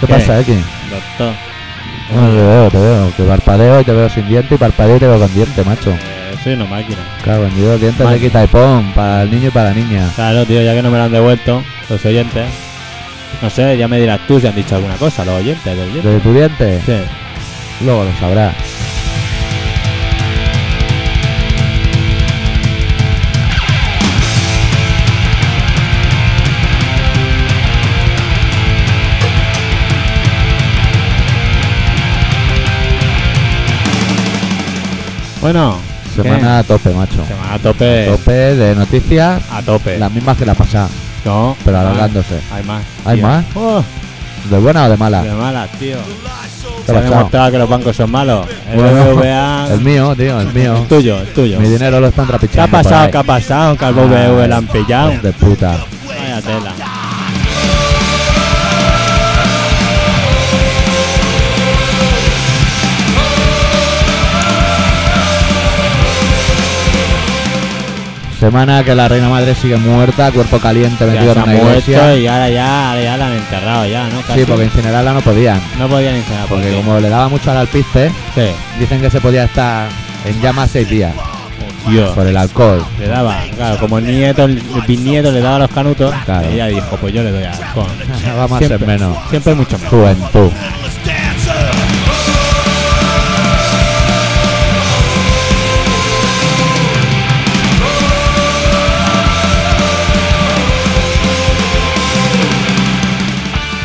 ¿Qué, pasa, X? Doctor. No te veo, te veo. Que parpadeo y te veo sin diente y parpadeo y te veo con diente, macho. Eh, soy una máquina. Claro, en Dios, dientes Vale. de quita y pon, para el niño y para la niña. Claro, tío, ya que no me lo han devuelto, los oyentes. No sé, ya me dirás tú si han dicho alguna cosa, los oyentes, los oyentes. ¿De tu diente? Sí. Luego lo sabrás. Bueno, Semana a tope, macho. ¿qué? semana a tope. Tope de noticias, A tope. las mismas que la pasada, No, pero hay más, alargándose. Hay más. ¿Hay tío. más? Ah. Oh, ¿De buena o de mala? de malas, tío. ¿Qué Se ha ha pasado? demostrado que los bancos son malos. El Bueno, BBVA. El mío, tío, el mío. El tuyo, el tuyo. Mi dinero lo están ¿Qué trapicheando. ha pasado? ¿Qué por ha pasado? Que al ahí. BBV la han pillado. Hijos De puta. Vaya tela. Semana que la reina madre sigue muerta, cuerpo caliente Ya metido en se ha una muerto iglesia. y ahora ya, ahora ya la han enterrado ya, ¿no? Casi. Sí, porque incinerarla no podían. No podían enterrar Porque como le daba mucho al alpiste, Sí. dicen que se podía estar en llamas seis días Dios. por el alcohol. Le daba, claro, como el nieto, el bisnieto le daba los canutos, Claro. ella dijo, pues yo le doy a con. Vamos a ser menos. Siempre mucho mejor. Juventud.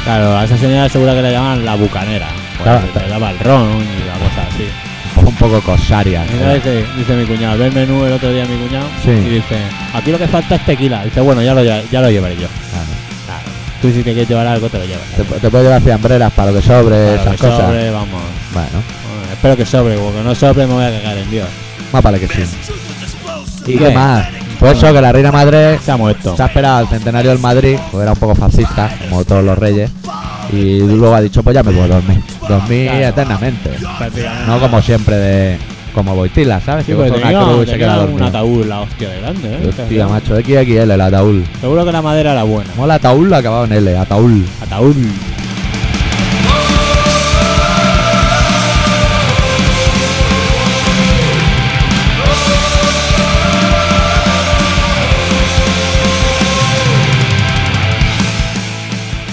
Claro, a esa señora segura que le llaman la bucanera. Pues, Claro, le daba el ron y la cosa así. Un poco cosaria. Mira, dice, dice mi cuñado, ve el menú el otro día mi cuñado Sí. y dice, aquí lo que falta es tequila. Dice, bueno, ya lo, lle- ya lo llevaré yo. Claro. Claro. Tú si te quieres llevar algo, te lo llevas. Te, te puedes llevar fiambreras para lo que sobre, Claro, que esas cosas. sobre, vamos. Bueno, Bueno, espero que sobre, porque como no sobre me voy a cagar en Dios. más vale que sí. ¿Y ¿Qué? qué más? Pues eso, que la reina madre Se ha muerto. Se ha esperado al centenario del Madrid, porque era un poco fascista, como todos los reyes, y luego ha dicho, pues ya me voy a dormir. Dormí Claro. eternamente. Prácticamente. No como siempre de... Como Boitila, ¿sabes? Sí, que porque coge una tenía, cruz y se tenía queda un dormido. ataúd la hostia de grande, ¿eh? Hostia, macho, XXL, el ataúd. Seguro que la madera era buena. Como el ataúd lo acabado en L, ataúd. Ataúd.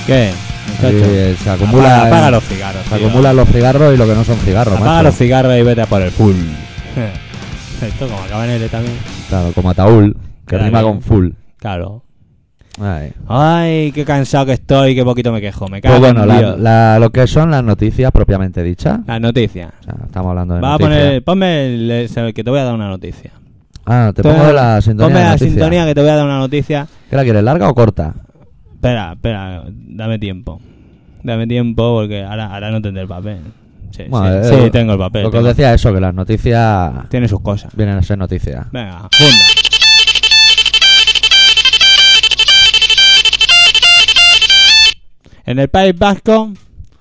¿Qué? muchacho? Y se acumula... apaga, apaga los cigarros. Se tío. acumulan los cigarros y lo que no son cigarros, Apaga macho. los cigarros y vete a por el full. Esto como acaba en L también. Claro, como ataúd, que Claro. rima con full. Claro. Ay. Ay, qué cansado que estoy, qué poquito me quejo. Me cago Pues bueno, en la- Dios. la- lo que son las noticias propiamente dichas. Las noticias. O sea, estamos hablando de Va a noticias. poner, ponme el, el- que te voy a dar una noticia. Ah, te Te- pongo la sintonía. ponme de la noticias. sintonía que te voy a dar una noticia. ¿Qué la quieres, larga o corta? Espera, espera, dame tiempo. Dame tiempo porque ahora, ahora no tendré el papel. Sí, Bueno, sí, eh, sí, tengo el papel. Lo que os tengo- decía eso, que las noticias Tiene sus cosas. vienen a ser noticias. Venga, funda. En el País Vasco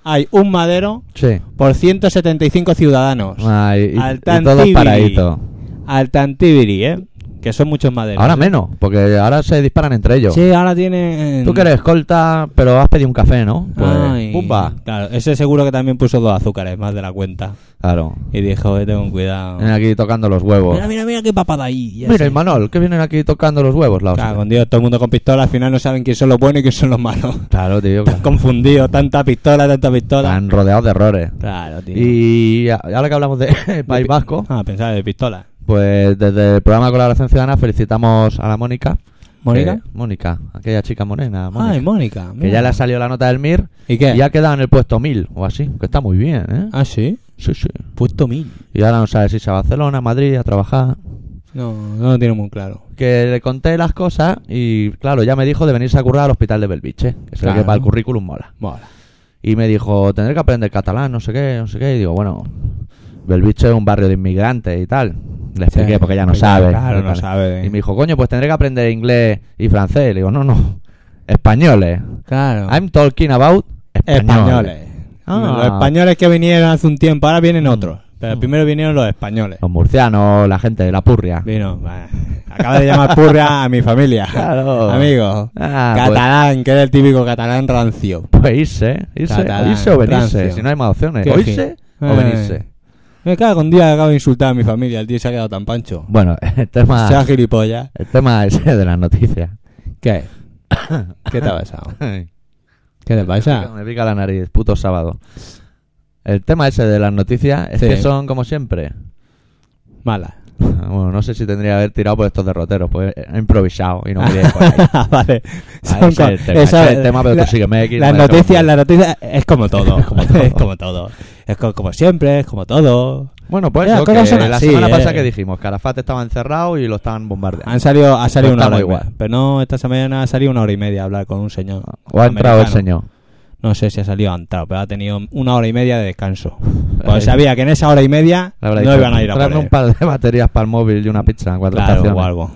hay un madero Sí. por 175 ciudadanos. Ay, y- Al y, todos Tantibiri. paraditos. Al Tantibiri, ¿eh? Que son muchos maderos. Ahora ¿eh? menos, porque ahora se disparan entre ellos. Sí, ahora tiene. Tú que eres escolta, pero has pedido un café, ¿no? Pues, Ay, ¡pumba! Claro, ese seguro que también puso dos azúcares más de la cuenta. Claro. Y dijo, vete con cuidado. Vienen aquí tocando los huevos. Mira, mira, mira qué papada ahí. ya Eh, pues. Mira, sé. el Manol, que vienen aquí tocando los huevos, la hostia. Cago en Dios, todo el mundo con pistola, al final no saben quién son los buenos y quién son los malos. Claro, tío. Están claro. confundidos, tanta pistola, tanta pistola. Están rodeados de errores. Claro, tío. Y a- ahora que hablamos de País Vasco, Ah, pensaba de pistola. pues desde el programa de colaboración ciudadana felicitamos a la Mónica. ¿Mónica? que- Mónica, aquella chica morena. Ay, Mónica. Mónica. que mira. ya le ha salido la nota del MIR ¿Y qué? y ha quedado en el puesto 1000 o así, que está muy bien, ¿eh? Ah, sí. Sí, sí. Puesto mil. Y ahora no sabe si se va a Barcelona, a Madrid, a trabajar. No, no lo tiene muy claro. Que le conté las cosas y, claro, ya me dijo de venirse a currar al hospital de Belviche, que se ve Claro. que para el currículum mola. Mola. Y me dijo, tendré que aprender catalán, no sé qué, no sé qué. Y digo, bueno, Belviche es un barrio de inmigrantes y tal. Le expliqué Sí, porque ella no porque sabe. Claro, no Vale. sabe. Y me dijo, coño, pues tendré que aprender inglés y francés. Le digo, no, no, españoles. Claro. I'm talking about españoles. Españoles. Ah. Los españoles que vinieron hace un tiempo, ahora vienen Mm. otros. Pero Mm. primero vinieron los españoles. Los murcianos, la gente de la purria. Vino, bah, acaba de llamar purria a mi familia. Claro. Amigo. Oh. Ah, pues- catalán, que era el típico catalán rancio. Pues irse, irse, Catalán, irse o venirse, rancio. si no hay más opciones. Qué O irse fin. o Eh. venirse. Me cago Eh, un día acabo de insultar a mi familia, el tío se ha quedado tan pancho. Bueno, el tema, Sea gilipollas. el tema ese de las noticias. ¿Qué? ¿Qué te ha pasado? Ay, ¿Qué te pasa? Me pica la nariz, puto sábado. El tema ese de las noticias es Sí. que son como siempre. Mala. Bueno, no sé si tendría que haber tirado por estos derroteros, pues he improvisado y no quería ir por ahí. vale. Ah, Son ese con- es el tema, eso ese es- es el tema, pero la- tú sígueme aquí, Las no me noticias, interrumpas. las noticias, es como todo. Es como todo. Es como todo. Es co- como siempre, es como todo. Bueno, pues Las eso, cosas que son la así, semana eh. pasada que dijimos, que Arafat estaba encerrado y lo estaban bombardeando. Han salido, ha salido Pues una hora estamos y media. igual. Ah. Pero no, esta semana ha salido una hora y media a hablar con un señor. O ha entrado el americano. señor. No sé si ha salido antes, pero ha tenido una hora y media de descanso. Ahí. Pues sabía que en esa hora y media Le no habrá dicho, iban a ir a por "Tráeme él. un par de baterías para el móvil y una pizza en cuatro Claro, estaciones. o algo.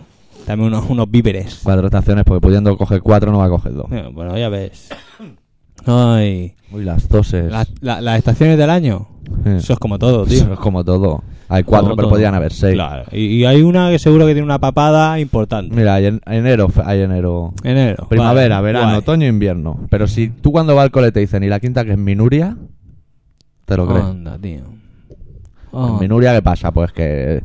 También unos, unos víveres. Cuatro estaciones, porque pudiendo coger cuatro no va a coger dos. Eh, Bueno, ya ves. Ay. Uy, las toses. La- la- las estaciones del año. Eh. Eso es como todo, Eso tío. es como todo. Hay cuatro, Como pero todo. podían haber seis. Claro. Y, y hay una que seguro que tiene una papada importante. Mira, en, enero, fe- hay enero. Enero. Primavera, Vale, verano, guay. otoño, invierno. Pero si tú cuando vas al cole te dicen, y la quinta que es Minuria, te lo crees. Anda, tío. Oh. En Anda. Minuria, ¿qué pasa? Pues que.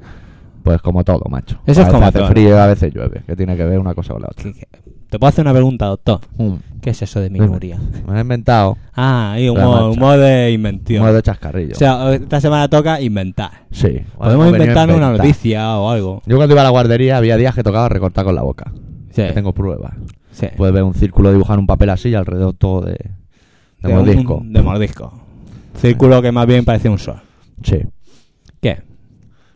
Pues como todo, macho. Eso es a veces como hace todo. frío, a veces llueve. Que tiene que ver una cosa con la otra. ¿Qué- qué? Te puedo hacer una pregunta, doctor. Mm. ¿Qué es eso de minoría? Me lo he inventado. Ah, y La humor, marcha. humor de invención. Modo de chascarrillo. o sea, esta semana toca inventar. sí. Hemos Podemos venido a inventarnos una inventar. noticia o algo. Yo cuando iba a la guardería había días que tocaba recortar con la boca. Sí, Que tengo pruebas. sí. Puedes ver un círculo dibujar un papel así y alrededor todo de, de, un- mordisco. de mordisco. Círculo que más bien parece un sol. Sí. ¿Qué?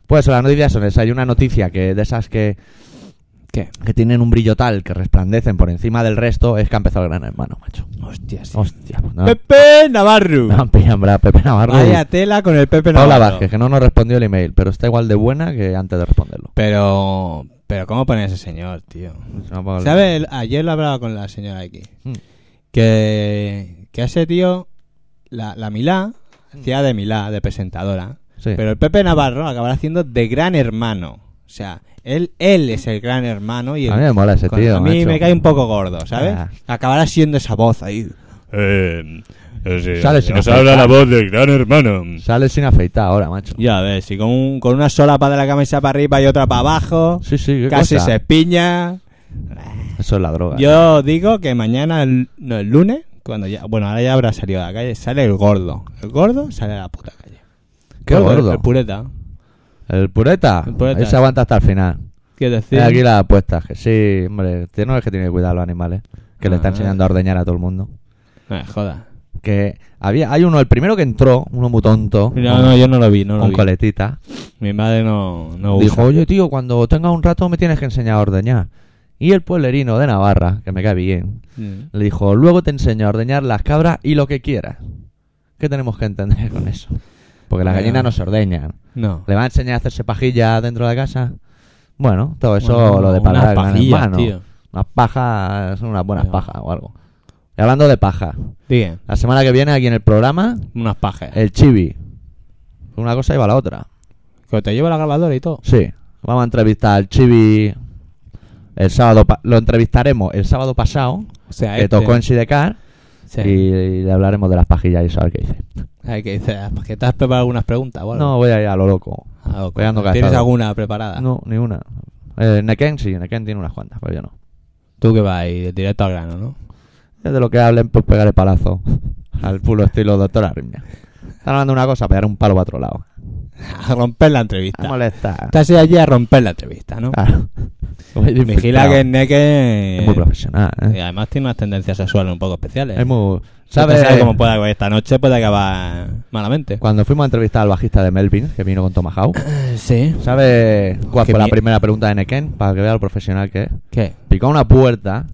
Pues las noticias son esas. Hay una noticia que de esas que, ¿Qué? que tienen un brillo tal que resplandecen por encima del resto es que ha empezado el gran hermano, macho. Hostia, sí. Hostia, pues nada. Pepe Navarro. Me han pillado, hombre, Pepe Navarro. Vaya tela con el Pepe Navarro. Paula Vázquez, que no nos respondió el email, pero está igual de buena que antes de responderlo. Pero, pero ¿cómo pone ese señor, tío? No puedo- ¿Sabes? Ayer lo hablaba con la señora aquí. Mm. Que, que a ese tío, la, la Milá, hacía de Milá, de presentadora. Hmm. Sí. Pero el Pepe Navarro acabará haciendo de gran hermano. O sea, él, él es el gran hermano y el- a mí me mola ese con- tío. a mí macho. me cae un poco gordo, ¿sabes? Ah. Acabará siendo esa voz ahí. Eh, eh, sí, Sale sin os afeitar. habla la voz del gran hermano. Sale sin afeitar ahora, macho. Ya ves, y con, un- con una sola para de la camisa para arriba y otra para abajo. Sí, sí, qué Casi cosa. se piña. Eso es la droga. Yo digo que mañana, el- no, el lunes, cuando ya, bueno, ahora ya habrá salido a la calle, sale el gordo. El gordo sale a la puta calle. Qué gordo. El, el pureta. El pureta. El pureta. Ahí se aguanta hasta el final. Quiero decir, Hay Eh, aquí las apuestas. Que sí, hombre. tío, No es que tiene que cuidar a los animales. Que le está Ah. enseñando a ordeñar a todo el mundo. no me Ah. joda. Que había, hay uno, el primero que entró, uno muy tonto, No, con, no, yo no lo vi, no lo con vi. coletita, Mi madre no, no dijo, usa. oye tío, cuando tenga un rato me tienes que enseñar a ordeñar. Y el pueblerino de Navarra, que me cae bien, Mm. le dijo, luego te enseño a ordeñar las cabras y lo que quieras. ¿Qué tenemos que entender con eso? Porque las Bueno. gallinas no se ordeñan. No. ¿Le va a enseñar a hacerse pajillas dentro de la casa? Bueno, todo eso Bueno, lo de unas palabras gran pajillas, hermano. tío. Unas pajas, son unas buenas Bueno. pajas o algo. Y hablando de paja, Diga, la semana que viene aquí en el programa unas pajas. El chibi. Una cosa iba a la otra. Que te lleva la grabadora y todo. Sí. Vamos a entrevistar al chibi el sábado. pa- lo entrevistaremos el sábado pasado, O sea, que este- tocó en Sidecar. sí. Y, y le hablaremos de las pajillas y saber qué dice. Ay, que dices, "Ah, pues que te has preparado algunas preguntas o algo?" No voy a ir a lo loco. Ah, ok. voy ando ¿Tienes cazado. alguna preparada? No, ni una. Eh, Neken sí, Neken tiene unas cuantas, pero yo no. Tú que vas ahí, directo al grano, ¿no? Es de lo que hablen por pegar el palazo. Al puro estilo doctora Arritmia. Están hablando de una cosa, pegar un palo para otro lado. A romper la entrevista. A molestar. Estás allí a romper la entrevista, ¿no? Claro. Voy Vigila infiltrado. que Neke. Es muy profesional, ¿eh? Y además tiene unas tendencias sexuales un poco especiales. Es muy... ¿Sabes? ¿Sabes? cómo puede acabar esta noche, puede acabar malamente. Cuando fuimos a entrevistar al bajista de Melvin, que vino con Tomahawk, Sí. ¿sabes cuál Qué fue la mie- primera pregunta de Neken? Para que vea lo profesional que es. ¿Qué? Picó una puerta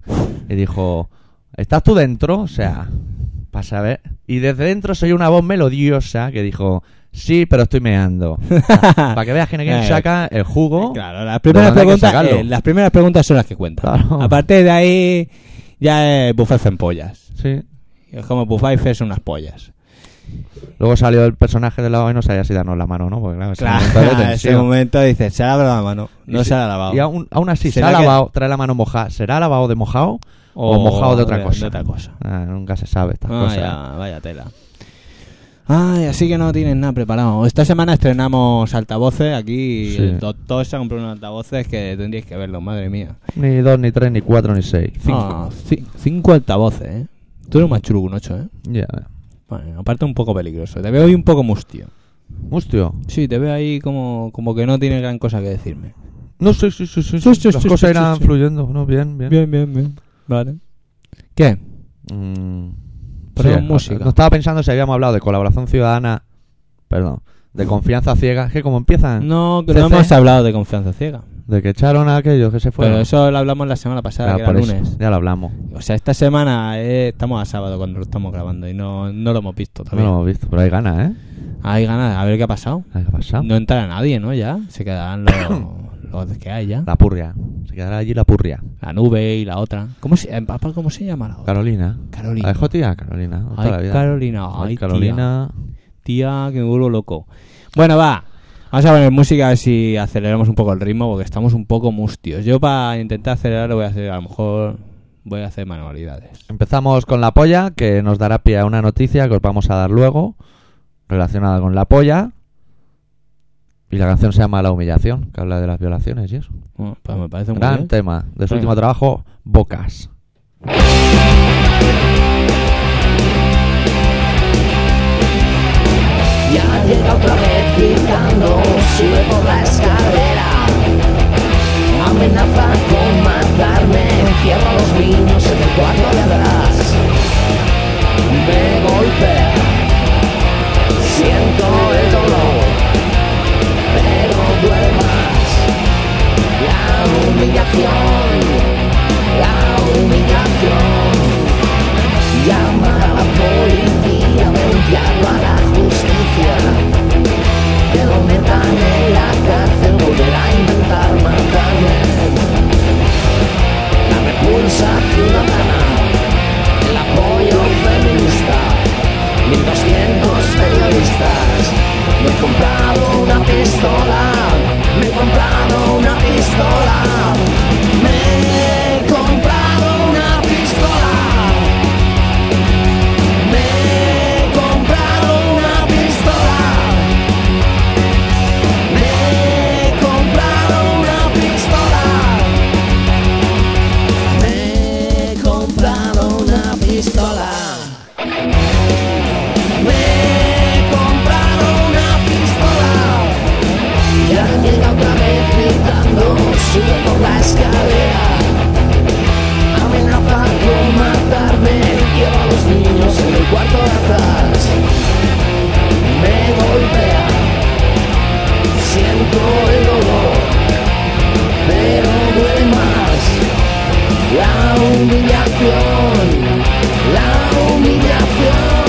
y dijo, ¿estás tú dentro? O sea, para saber. Y desde dentro soy una voz melodiosa que dijo, sí, pero estoy meando. Para que veas que Neken Eh, saca el jugo. Claro, las primeras, dónde hay que preguntas, sacarlo? eh, las primeras preguntas son las que cuentan. Claro. A partir de ahí, ya es bufáis en pollas. Sí. Es como bufáis en unas pollas. Luego salió el personaje del lavabo y no sabía si darnos la mano o no, porque claro, ese momento de Claro, en ese tensión. momento dices, se ha lavado la mano. No Y se ha lavado. Y aún, aún así, se ¿Será ha que- lavado, trae la mano mojada. ¿Será lavado de mojado o, mojado de otra cosa? otra cosa. Ah, nunca se sabe estas Ah, cosas. ya, vaya tela. Ay, así que no tienes nada preparado. Esta semana estrenamos altavoces. Aquí Sí. el doctor se ha comprado unos altavoces que tendríais que verlos, madre mía. Ni dos, ni tres, ni cuatro, ni seis. Cinco. Ah, ci- cinco altavoces, ¿eh? Tú eres más chulo que un ocho, ¿eh? Ya. Bueno, aparte un poco peligroso. Te veo hoy un poco mustio. Hostia. Sí, te veo ahí como, como que no tienes gran cosa que decirme. No, sí, sí, sí, sí. Sí, sí, sí, Las sí, cosas sí, irán sí, sí. fluyendo, ¿no? Bien, bien. Bien, bien, bien. Vale. ¿Qué? Mm, Ponemos no- música. No, estaba pensando si habíamos hablado de colaboración ciudadana. Perdón. De confianza ciega. Es que como empiezan. No, que CC. no hemos hablado de confianza ciega. De que echaron a aquellos que se fueron. Pero eso lo hablamos la semana pasada, Claro, que era Ah, por eso. lunes. Ya lo hablamos. O sea, esta semana eh, estamos a sábado cuando lo estamos grabando y no, no lo hemos No visto lo todavía. hemos visto, pero hay ganas, ¿eh? Hay ganas, a ver qué ha pasado. A ver ¿Qué ha pasado? No entrará nadie, ¿no? Ya se quedarán los, los que hay ya. La purria. Se quedará allí la purria. La nube y la otra. ¿Cómo se, en papá, ¿cómo se llama la otra? Carolina. Carolina. ¿La dejó tía? Carolina. toda Ay, la vida. Carolina, ay, Carolina. Tía, que me vuelvo loco. Bueno, va. Vamos a poner música a ver si aceleramos un poco el ritmo porque estamos un poco mustios. Yo para intentar acelerar lo voy a hacer, a lo mejor voy a hacer manualidades. Empezamos con la polla, que nos dará pie a una noticia que os vamos a dar luego, relacionada con la polla. Y la canción se llama La humillación, que habla de las violaciones y eso. Bueno, pues me parece muy Gran bien. tema de su Venga. último trabajo, Bocas. Ya llega otra vez gritando, sube por la escalera. Amenaza con matarme, cierra los niños en el cuarto de atrás. Me golpea, siento el dolor, pero duermas. La humillación, la humillación. Llamar a la policía, denunciarlo a la justicia. Que lo metan en la cárcel, volverá a intentar matarme. La repulsa ciudadana, el apoyo feminista. 1200 periodistas. Me he comprado una pistola, me he comprado una pistola. Me he comprado una pistola. Me he comprado una pistola. Me he comprado una pistola. Me he comprado una pistola. Me he comprado una pistola. Ya llega otra vez gritando, sube por la escalera. Amenaza con matarme, lleva a los niños en el cuarto de atrás. Me golpea, siento el dolor, pero duele más. La humillación, la humillación.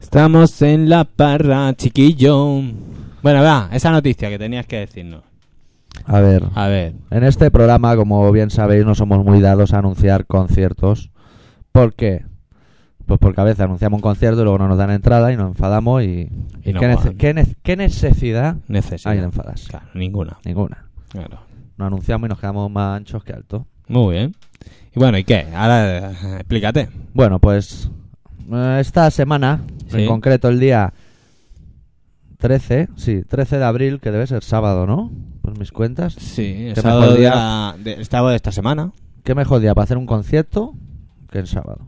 Estamos en la parra, chiquillo. Bueno, va, esa noticia que tenías que decirnos. A ver, A ver. en este programa, como bien sabéis, no somos muy dados a anunciar conciertos. ¿Por qué? Pues porque a veces anunciamos un concierto y luego no nos dan entrada y nos enfadamos y... Y no ¿qué, nece- van. qué ne- qué necesidad? Necesidad. Ahí te enfadas. Claro, ninguna. Ninguna. Claro. Nos anunciamos y nos quedamos más anchos que altos. Muy bien. Y bueno, ¿y qué? Ahora eh, explícate. Bueno, pues eh, esta semana, Sí. en concreto el día 13, sí, 13 de abril, que debe ser sábado, ¿no? Por mis cuentas. Sí, el ¿Qué sábado mejor de, día? la- de- el sábado de esta semana. ¿Qué mejor día para hacer un concierto que el sábado?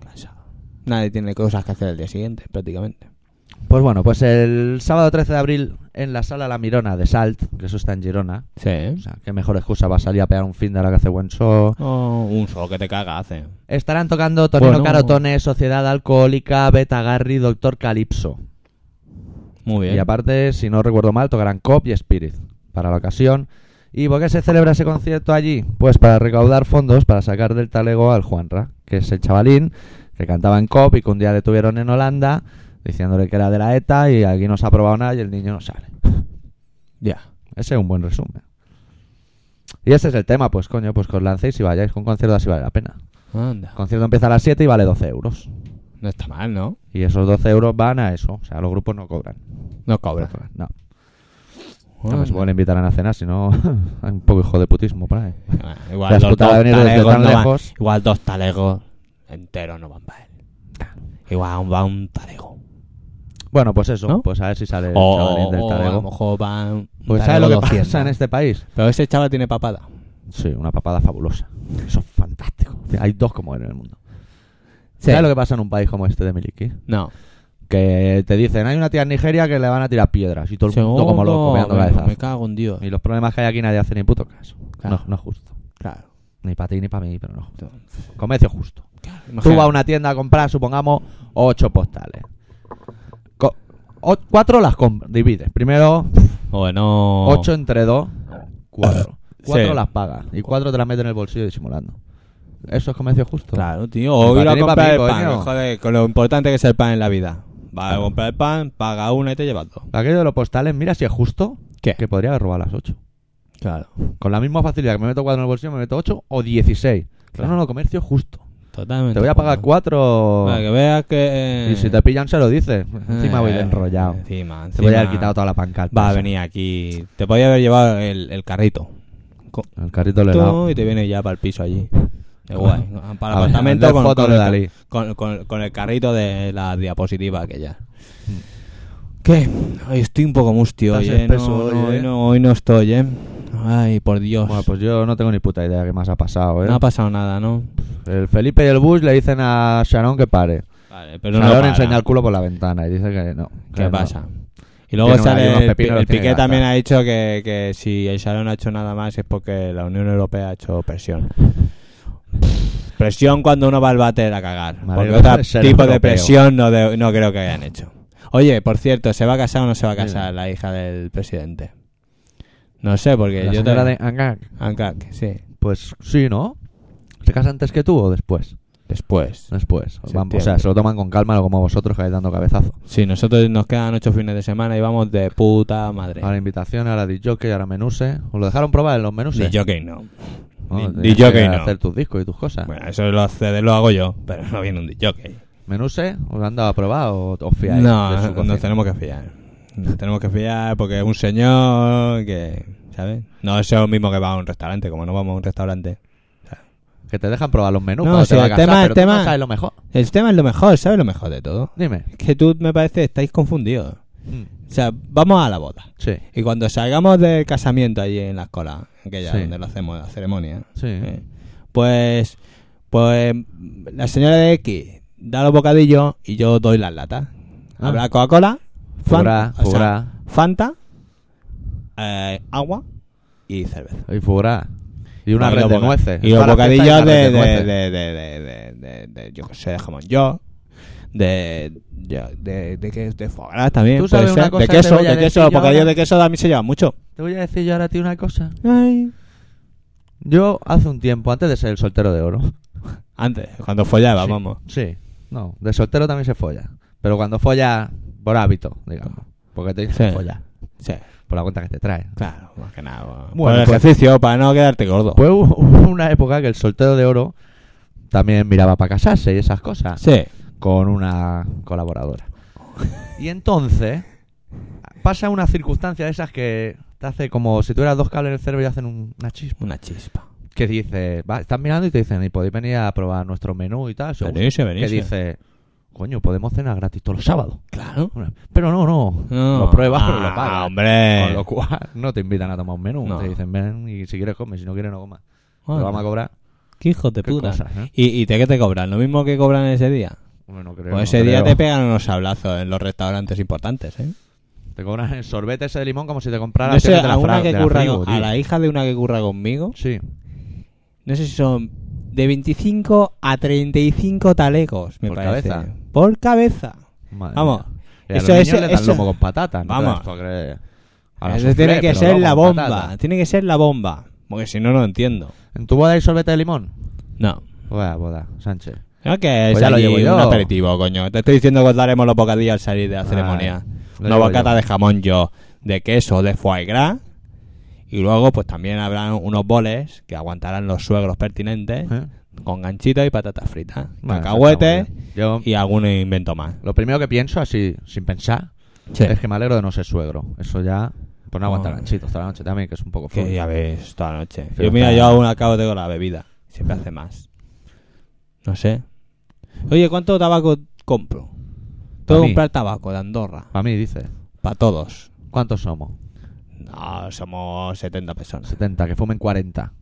Nadie tiene cosas que hacer el día siguiente, prácticamente. Pues bueno, pues el sábado 13 de abril en la sala La Mirona de Salt, que eso está en Girona. Sí. O sea, qué mejor excusa va a salir a pegar un fin de ahora que hace buen sol. Oh, un solo que te caga hace. Estarán tocando Tonino Bueno. Carotones, Sociedad Alcohólica, Beta Garry, Doctor Calipso. Muy bien. Y aparte, si no recuerdo mal, tocarán Cop y Spirit para la ocasión. ¿Y por qué se celebra ese concierto allí? Pues para recaudar fondos para sacar del talego al Juanra, que es el chavalín que cantaba en Cop y que un día le tuvieron en Holanda diciéndole que era de la ETA y aquí no se ha probado nada y el niño no sale. Ya. Ese es un buen resumen. Y ese es el tema, pues coño, pues que os lancéis y vayáis con concierto así vale la pena. Anda. El concierto empieza a las 7 y vale 12 euros. No está mal, ¿no? Y esos 12 euros van a eso. O sea, los grupos no cobran. No No, cobra. cobran, no. No me supongo invitarán a cenar, si no, hay un poco hijo de putismo por ahí. Ah, Igual Las los putas de dos venir desde talegos tan no van- lejos. Igual dos talegos enteros no van para él. Igual va un talego. Bueno, pues eso, ¿No? pues a ver si sale el O, chavalín del o a talego. lo mejor van. un Pues ¿sabes talego lo que 200. pasa en este país? Pero ese chaval tiene papada. Sí, una papada fabulosa. Eso es fantástico. Hay dos como él en el mundo. Sí. ¿Sabes lo que pasa en un país como este de Miliki? No. Que te dicen, hay una tía en Nigeria que le van a tirar piedras y todo el mundo como loco, Segundo, meando cabezas. Me cago en Dios. Y los problemas que hay aquí nadie hace ni puto caso. Claro. No, no es justo. Claro. Ni para ti ni para mí, pero no es justo. Tú- Comercio justo. Tú imagínate. vas a una tienda a comprar, supongamos, ocho postales. Co- o- cuatro las com- divides. Primero, Bueno. ocho entre dos, cuatro. Cuatro Sí. las pagas y cuatro te las metes en el bolsillo disimulando. Eso es comercio justo. Claro, tío. Ni O pa' ir a ti ni pa' comprar mí, el pan. coño. Joder, con lo importante que es el pan en la vida. Va a Claro. comprar el pan, paga una y te llevas dos. Aquello de los postales, mira si es justo ¿Qué? que podría haber robado las ocho. Claro. Con la misma facilidad que me meto cuatro en el bolsillo, me meto ocho o dieciséis. Claro. No, no, no, comercio justo. Totalmente. Te voy a pagar cuatro. Para que veas que. Y si te pillan, se lo dices. Encima voy de Eh, enrollado. Encima, Te voy a haber encima. quitado toda la pancarta. Va a esa. venir aquí. Te podía haber llevado el, el carrito. Co- El carrito del helado. y te viene ya para el piso allí. De Ah. guay. Para el A ver, apartamento vender con, fotos con de el- Dalí. con- con- con el carrito de la diapositiva aquella. ¿Qué? Ay, estoy un poco mustio hoy, Mm. Estás eh. espeso No, hoy, no, eh. hoy no, hoy no estoy, eh. Ay, por Dios. Bueno, pues yo no tengo ni puta idea de qué más ha pasado, ¿eh? No ha pasado nada, ¿no? El Felipe y el Bush le dicen a Sharon que pare. Vale, pero no Sharon para. enseña el culo por la ventana y dice que no. que ¿Qué no. pasa? Y luego Tiene una- hay sale unos el, Pi- pepinos que el tiene Piqué que también gastar. ha dicho que, que si el Sharon no ha hecho nada más es porque la Unión Europea ha hecho presión. Presión cuando uno va al váter a cagar. Madre porque mía, otro ser tipo de europeo. presión no, de- no creo que hayan hecho. Oye, por cierto, ¿se va a casar o no se va a casar Dime. la hija del presidente? No sé, porque La yo señora te- de Angak. Anca, que sí. Pues sí, ¿no? ¿Se casa antes que tú o después? Después. Después. Se Van- o sea, entiende. se lo toman con calma, no como vosotros que vais dando cabezazo. Sí, nosotros nos quedan ocho fines de semana y vamos de puta madre. Ahora invitaciones, ahora disjockey, ahora menuse. ¿Os lo dejaron probar en los menús? Ni jockey no. No, Di- tenías DJ que no. hacer tus discos y tus cosas. Bueno, eso los CD los hago yo, pero no viene un jockey. ¿Menuse? ¿Os han dado a probar o os fiáis no, de su cocina? nos tenemos que fiar. Nos tenemos que fiar porque es un señor que, ¿sabes? No es lo mismo que va a un restaurante, como no vamos a un restaurante. Que te dejan probar los menús No, cuando si te vas el a casar, tema- el pero tú tema- no sabes lo mejor. El tema es lo mejor, ¿sabes? Lo mejor de todo. Dime. Es que tú, me parece, estáis confundidos. Mm, O sea, vamos a la boda. Sí, Y cuando salgamos del casamiento allí en la escuela, aquella Sí. donde lo hacemos, la ceremonia, sí. eh, pues, pues la señora de X da los bocadillos y yo doy las latas. Ah. Habrá Coca-Cola, Fugurá, Fanta, o sea, fugurá. Fanta, eh, agua y cerveza. Y fugurá. Y una Y red los de boca- nueces. Y los Para la fiesta hay bocadillos una de, red de, de, nueces. de, de- de- de- yo qué sé, de jamón yo. De, yo- de, de, que- de foie gras también. Tú puede sabes ser. una cosa de que te queso, voy a de decir queso. Los yo bocadillos ahora. de queso a mí se llevan mucho. Te voy a decir yo ahora a ti una cosa. Ay. Yo hace un tiempo, antes de ser el soltero de oro. Antes, cuando follaba, Sí. vamos. Sí. No, de soltero también se folla. Pero cuando folla por hábito, digamos. Porque te dicen Sí. folla. Sí, Por la cuenta que te trae. claro, más que nada. Bueno, Bueno, por el pues- ejercicio, para no quedarte gordo. Pues hubo hubo una época que el soltero de oro también miraba para casarse y esas cosas. sí. con una colaboradora. Y entonces pasa una circunstancia de esas que te hace como si tuvieras dos cables en el cerebro y hacen un- una chispa. Una chispa. Que dice, va, estás mirando y te dicen, y podéis venir a probar nuestro menú y tal. si os gusta". Venirse, que venirse. dice, coño, podemos cenar gratis todos los sábados. Claro. Pero no, no, No. lo pruebas pero Ah, lo pagas. hombre. Con lo cual no te invitan a tomar un menú. No. Te dicen, ven y si quieres comes, si no quieres no comas. Te Bueno, lo vamos a cobrar. Qué hijo de Qué puta. cosas, ¿eh? ¿Y, y te, qué te cobran? ¿Lo mismo que cobran ese día? Hombre, no creo, Pues no ese día creo. te pegan unos sablazos en los restaurantes importantes, ¿eh? Te cobran el sorbete ese de limón como si te compraras No sé, piernas de a la una fra- que de la curra Frigo, con- a tío. la hija de una que curra conmigo, Sí. no sé si son de 25 a 35 talegos, me Por parece. cabeza. Por cabeza. Madre Vamos. mía. Y a los Eso- niños eso- le dan eso- lomo con patatas. ¿no? Vamos. Esto que- a la Eso soufflé, tiene que pero ser lomo la con bomba. patatas. Tiene que ser la bomba. Porque si no, no lo entiendo. ¿En tu boda hay sorbete de limón? No. Boda, boda, Sánchez. No, que Pues es ya lo allí llevo yo. un aperitivo, coño. Te estoy diciendo que os daremos los bocadillos al salir de la Ay, ceremonia. lo Una llevo bocata yo. de jamón yo, de queso, de foie gras. Y luego, pues también habrán unos boles que aguantarán los suegros pertinentes. ¿Eh? con ganchito y patatas fritas, Bueno, cacahuetes está muy bien. Yo, y algún invento más. lo primero que pienso, así, sin pensar, es que me alegro de no ser suegro. Eso ya. Pues no aguanta Oh. ganchito hasta la noche también, que es un poco Que fuerte. ya ves, toda la noche. Pero yo, mira, está- yo aún acabo de la bebida. Siempre hace más. No sé. Oye, ¿cuánto tabaco compro? Tengo Pa' que mí. comprar tabaco de Andorra. Para mí, dice. Para todos. ¿Cuántos somos? No, somos 70 personas. 70, que fumen 40.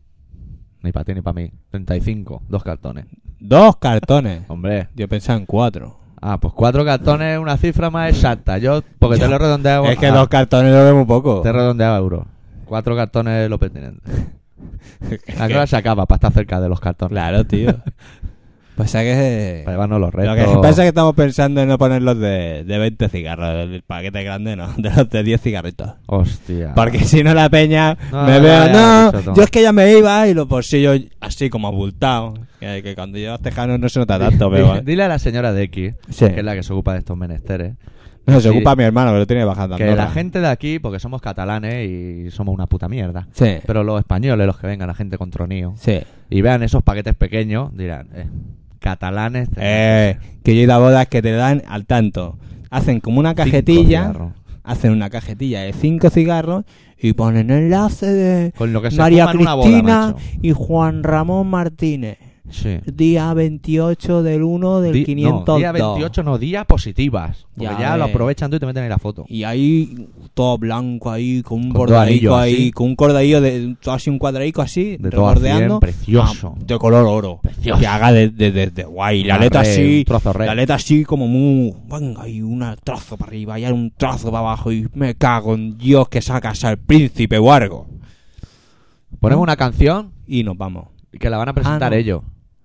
Ni para ti ni para mí. 35, dos cartones. Dos cartones. Hombre. Yo pensaba en cuatro. Ah, pues cuatro cartones es una cifra más exacta. Yo, porque te Ya. lo he redondeado. es que a- dos cartones lo vemos poco. Ah. Te he redondeado a euros. Cuatro cartones es lo pertinente. La cosa se acaba para estar cerca de los cartones. Claro, tío. Pasa que. Para llevarnos los Lo restos. que pasa es que estamos pensando en no ponerlos de, de 20 cigarros, el paquete grande no, de los de 10 cigarritos. Hostia. Porque si no la peña Ah. No, me no, veo, ya, ya lo no, has dicho tú". yo es que ya me iba y los bolsillos así como abultados. Que, que cuando llevas tejano no se nota tanto, Dile- pero bueno. Dile a la señora de X, Sí. que es la que se ocupa de estos menesteres, No, se sí. ocupa mi hermano que lo tiene bajando. que la gente de aquí, porque somos catalanes y somos una puta mierda. Sí, Pero los españoles, los que vengan, la gente con tronío, sí. y vean esos paquetes pequeños, dirán, eh, catalanes. Eh, que yo he ido a bodas que te dan al tanto. Hacen como una cinco cajetilla, cigarros. hacen una cajetilla de cinco cigarros y ponen enlace de Con lo que se María fuma en una boda, Cristina macho. y Juan Ramón Martínez. Sí. Día 28 del 1 del Di- no, 502. día 28, no, días positivas. Porque Ya ya, lo ves. aprovechan tú y te meten en la foto. Y ahí todo blanco ahí, con un Con dos anillos bordadillo ahí, así. con un cordadillo de todo así un cuadradico así, De todo a cien, bordeando. precioso. de color oro. Precioso. Que haga de, de- de- de guay. La Una aleta red, así. eh, un trozo red. La aleta así como muy. Venga, y un trazo para arriba, y hay un trazo para abajo. Y me cago en Dios que sacas al príncipe Wargo. Ponemos una canción Y nos vamos. que la van a presentar Ah, no. ellos.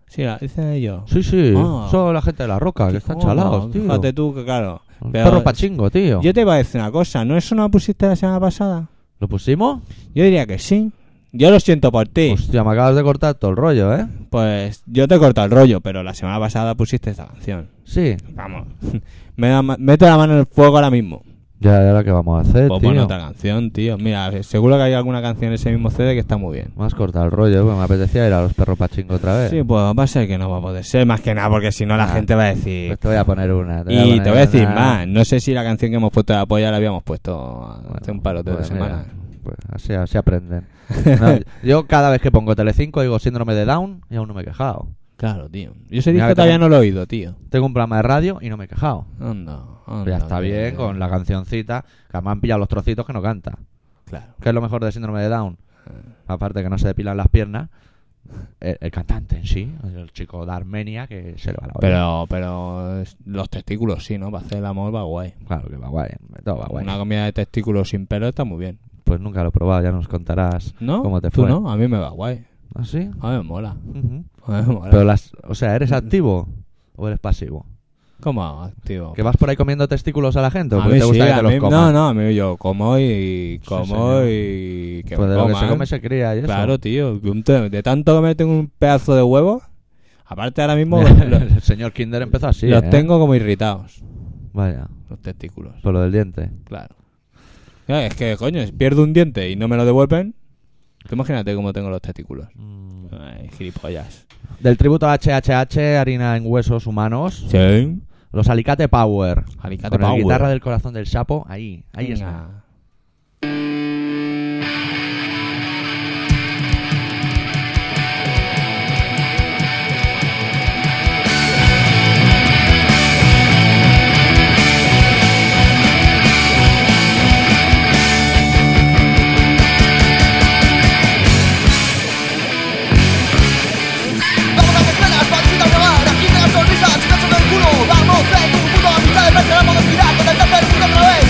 Sí, la dicen ellos. Sí, sí. Ah. Son la gente de la roca, que están Joder, chalados, tío. Fíjate tú que claro. Un pero- perro pachingo, tío. Yo te iba a decir una cosa, ¿no eso no lo pusiste la semana pasada? ¿Lo pusimos? Yo diría que sí. Yo lo siento por ti. Hostia, me acabas de cortar todo el rollo, ¿eh? Pues yo te he cortado el rollo, pero la semana pasada pusiste esta canción. Sí. Vamos. Me da ma- meto la mano en el fuego ahora mismo. Ya, ya, lo que vamos a hacer, Pues pon tío. otra canción, tío. Mira, seguro que hay alguna canción en ese mismo CD que está muy bien. Me has cortado el rollo, porque me apetecía ir a los perros pachingo otra vez. Sí, pues va a ser que no va a poder ser, más que nada, porque si no la Ah. gente va a decir... Pues te voy a poner una. y te voy a decir poner una. más, no sé si la canción que hemos puesto de apoya la habíamos puesto hace un par o tres pues mira, semanas. pues así, así aprenden. No, yo cada vez que pongo Telecinco digo síndrome de Down y aún no me he quejado. Claro, tío. Yo ese Mira disco que todavía tengo- no lo he oído, tío. Tengo un programa de radio y no me he quejado. Anda, anda, ya está tío. bien con la cancioncita, que además han pillado los trocitos que no canta. Claro. ¿Qué es lo mejor de síndrome de Down? Eh. Aparte que no se depilan las piernas. El, el cantante en sí, el chico de Armenia que se le va la olla. Pero, pero es- los testículos sí, ¿no? Para hacer el amor va guay. Claro que va guay, todo va guay. Una comida de testículos sin pelo está muy bien. Pues nunca lo he probado, ya nos contarás ¿No? cómo te ¿Tú fue. no? A mí me va guay. ¿Ah, sí? A mí me mola. Ujú. A mí me mola. Pero las, o sea, ¿eres activo o eres pasivo? ¿Cómo activo? ¿Que vas por ahí comiendo testículos a la gente? ¿O A porque mí te sí, gusta que a te los mí- coman? No, no, a mí yo como y como señor. y que pues me ¿eh? de lo que se coman. come se cría y eso. Claro, tío. Un te- De tanto comer tengo un pedazo de huevo. Aparte ahora mismo los, el señor Kinder empezó así. los ¿eh? tengo como irritados. Vaya, Los testículos. por lo del diente. Claro. Ya, Es que, coño, si pierdo un diente y no me lo devuelven, tú imagínate cómo tengo los testículos. Mm. Ay, gilipollas. Del tributo a HHH, harina en huesos humanos. Sí. Los Alicate Power. Alicate Con la Power. guitarra del corazón del sapo, ahí, ahí está. Vamos a comprar las pancitas a grabar, aquí te las sonrisas, chicas en el culo Vamos, trae tu puto amistad de frente, vamos a respirar con el tercer mundo otra vez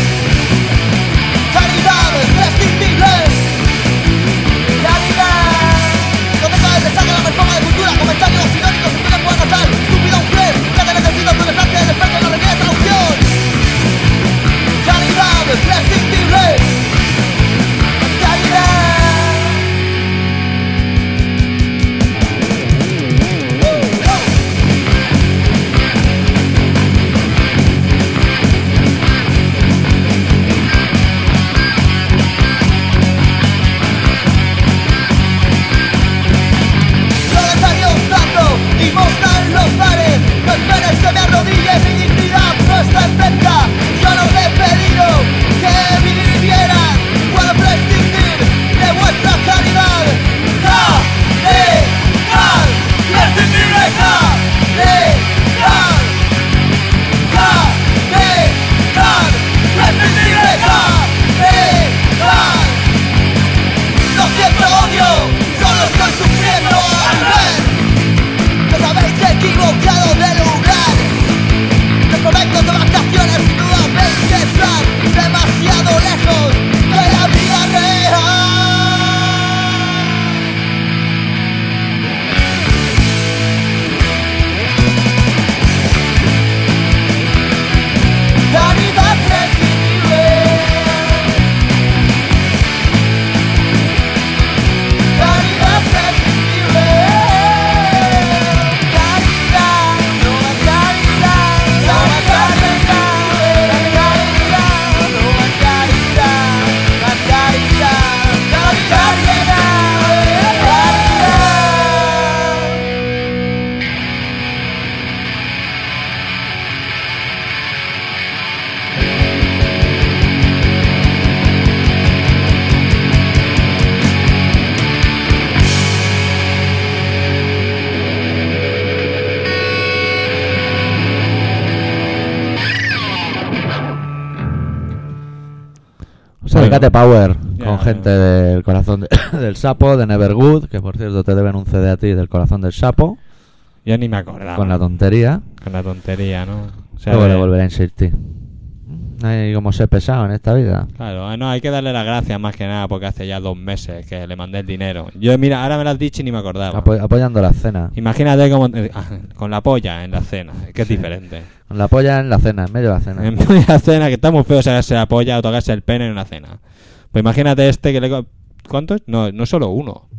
Bueno. Sacate Power Ya, con ya. gente del corazón de- del sapo, de Nevergood, que por cierto te deben un CD a ti del corazón del sapo, Yo ni me acordaba. con la tontería. Con la tontería, ¿no? O sea, Luego de- le volveré a insistir. Ay, como sé pesado en esta vida. Claro, ah, no, hay que darle las gracias más que nada porque hace ya dos meses que le mandé el dinero. Yo, mira, ahora me lo has dicho y ni me acordaba. Apo- apoyando la cena. Imagínate como con la polla en la cena, es que es diferente. Con la polla en la cena, en medio de la cena. En la cena, que está muy feo sacarse la polla o tocarse el pene en una cena. Pues imagínate este que le... co- ¿Cuántos? No, no solo uno.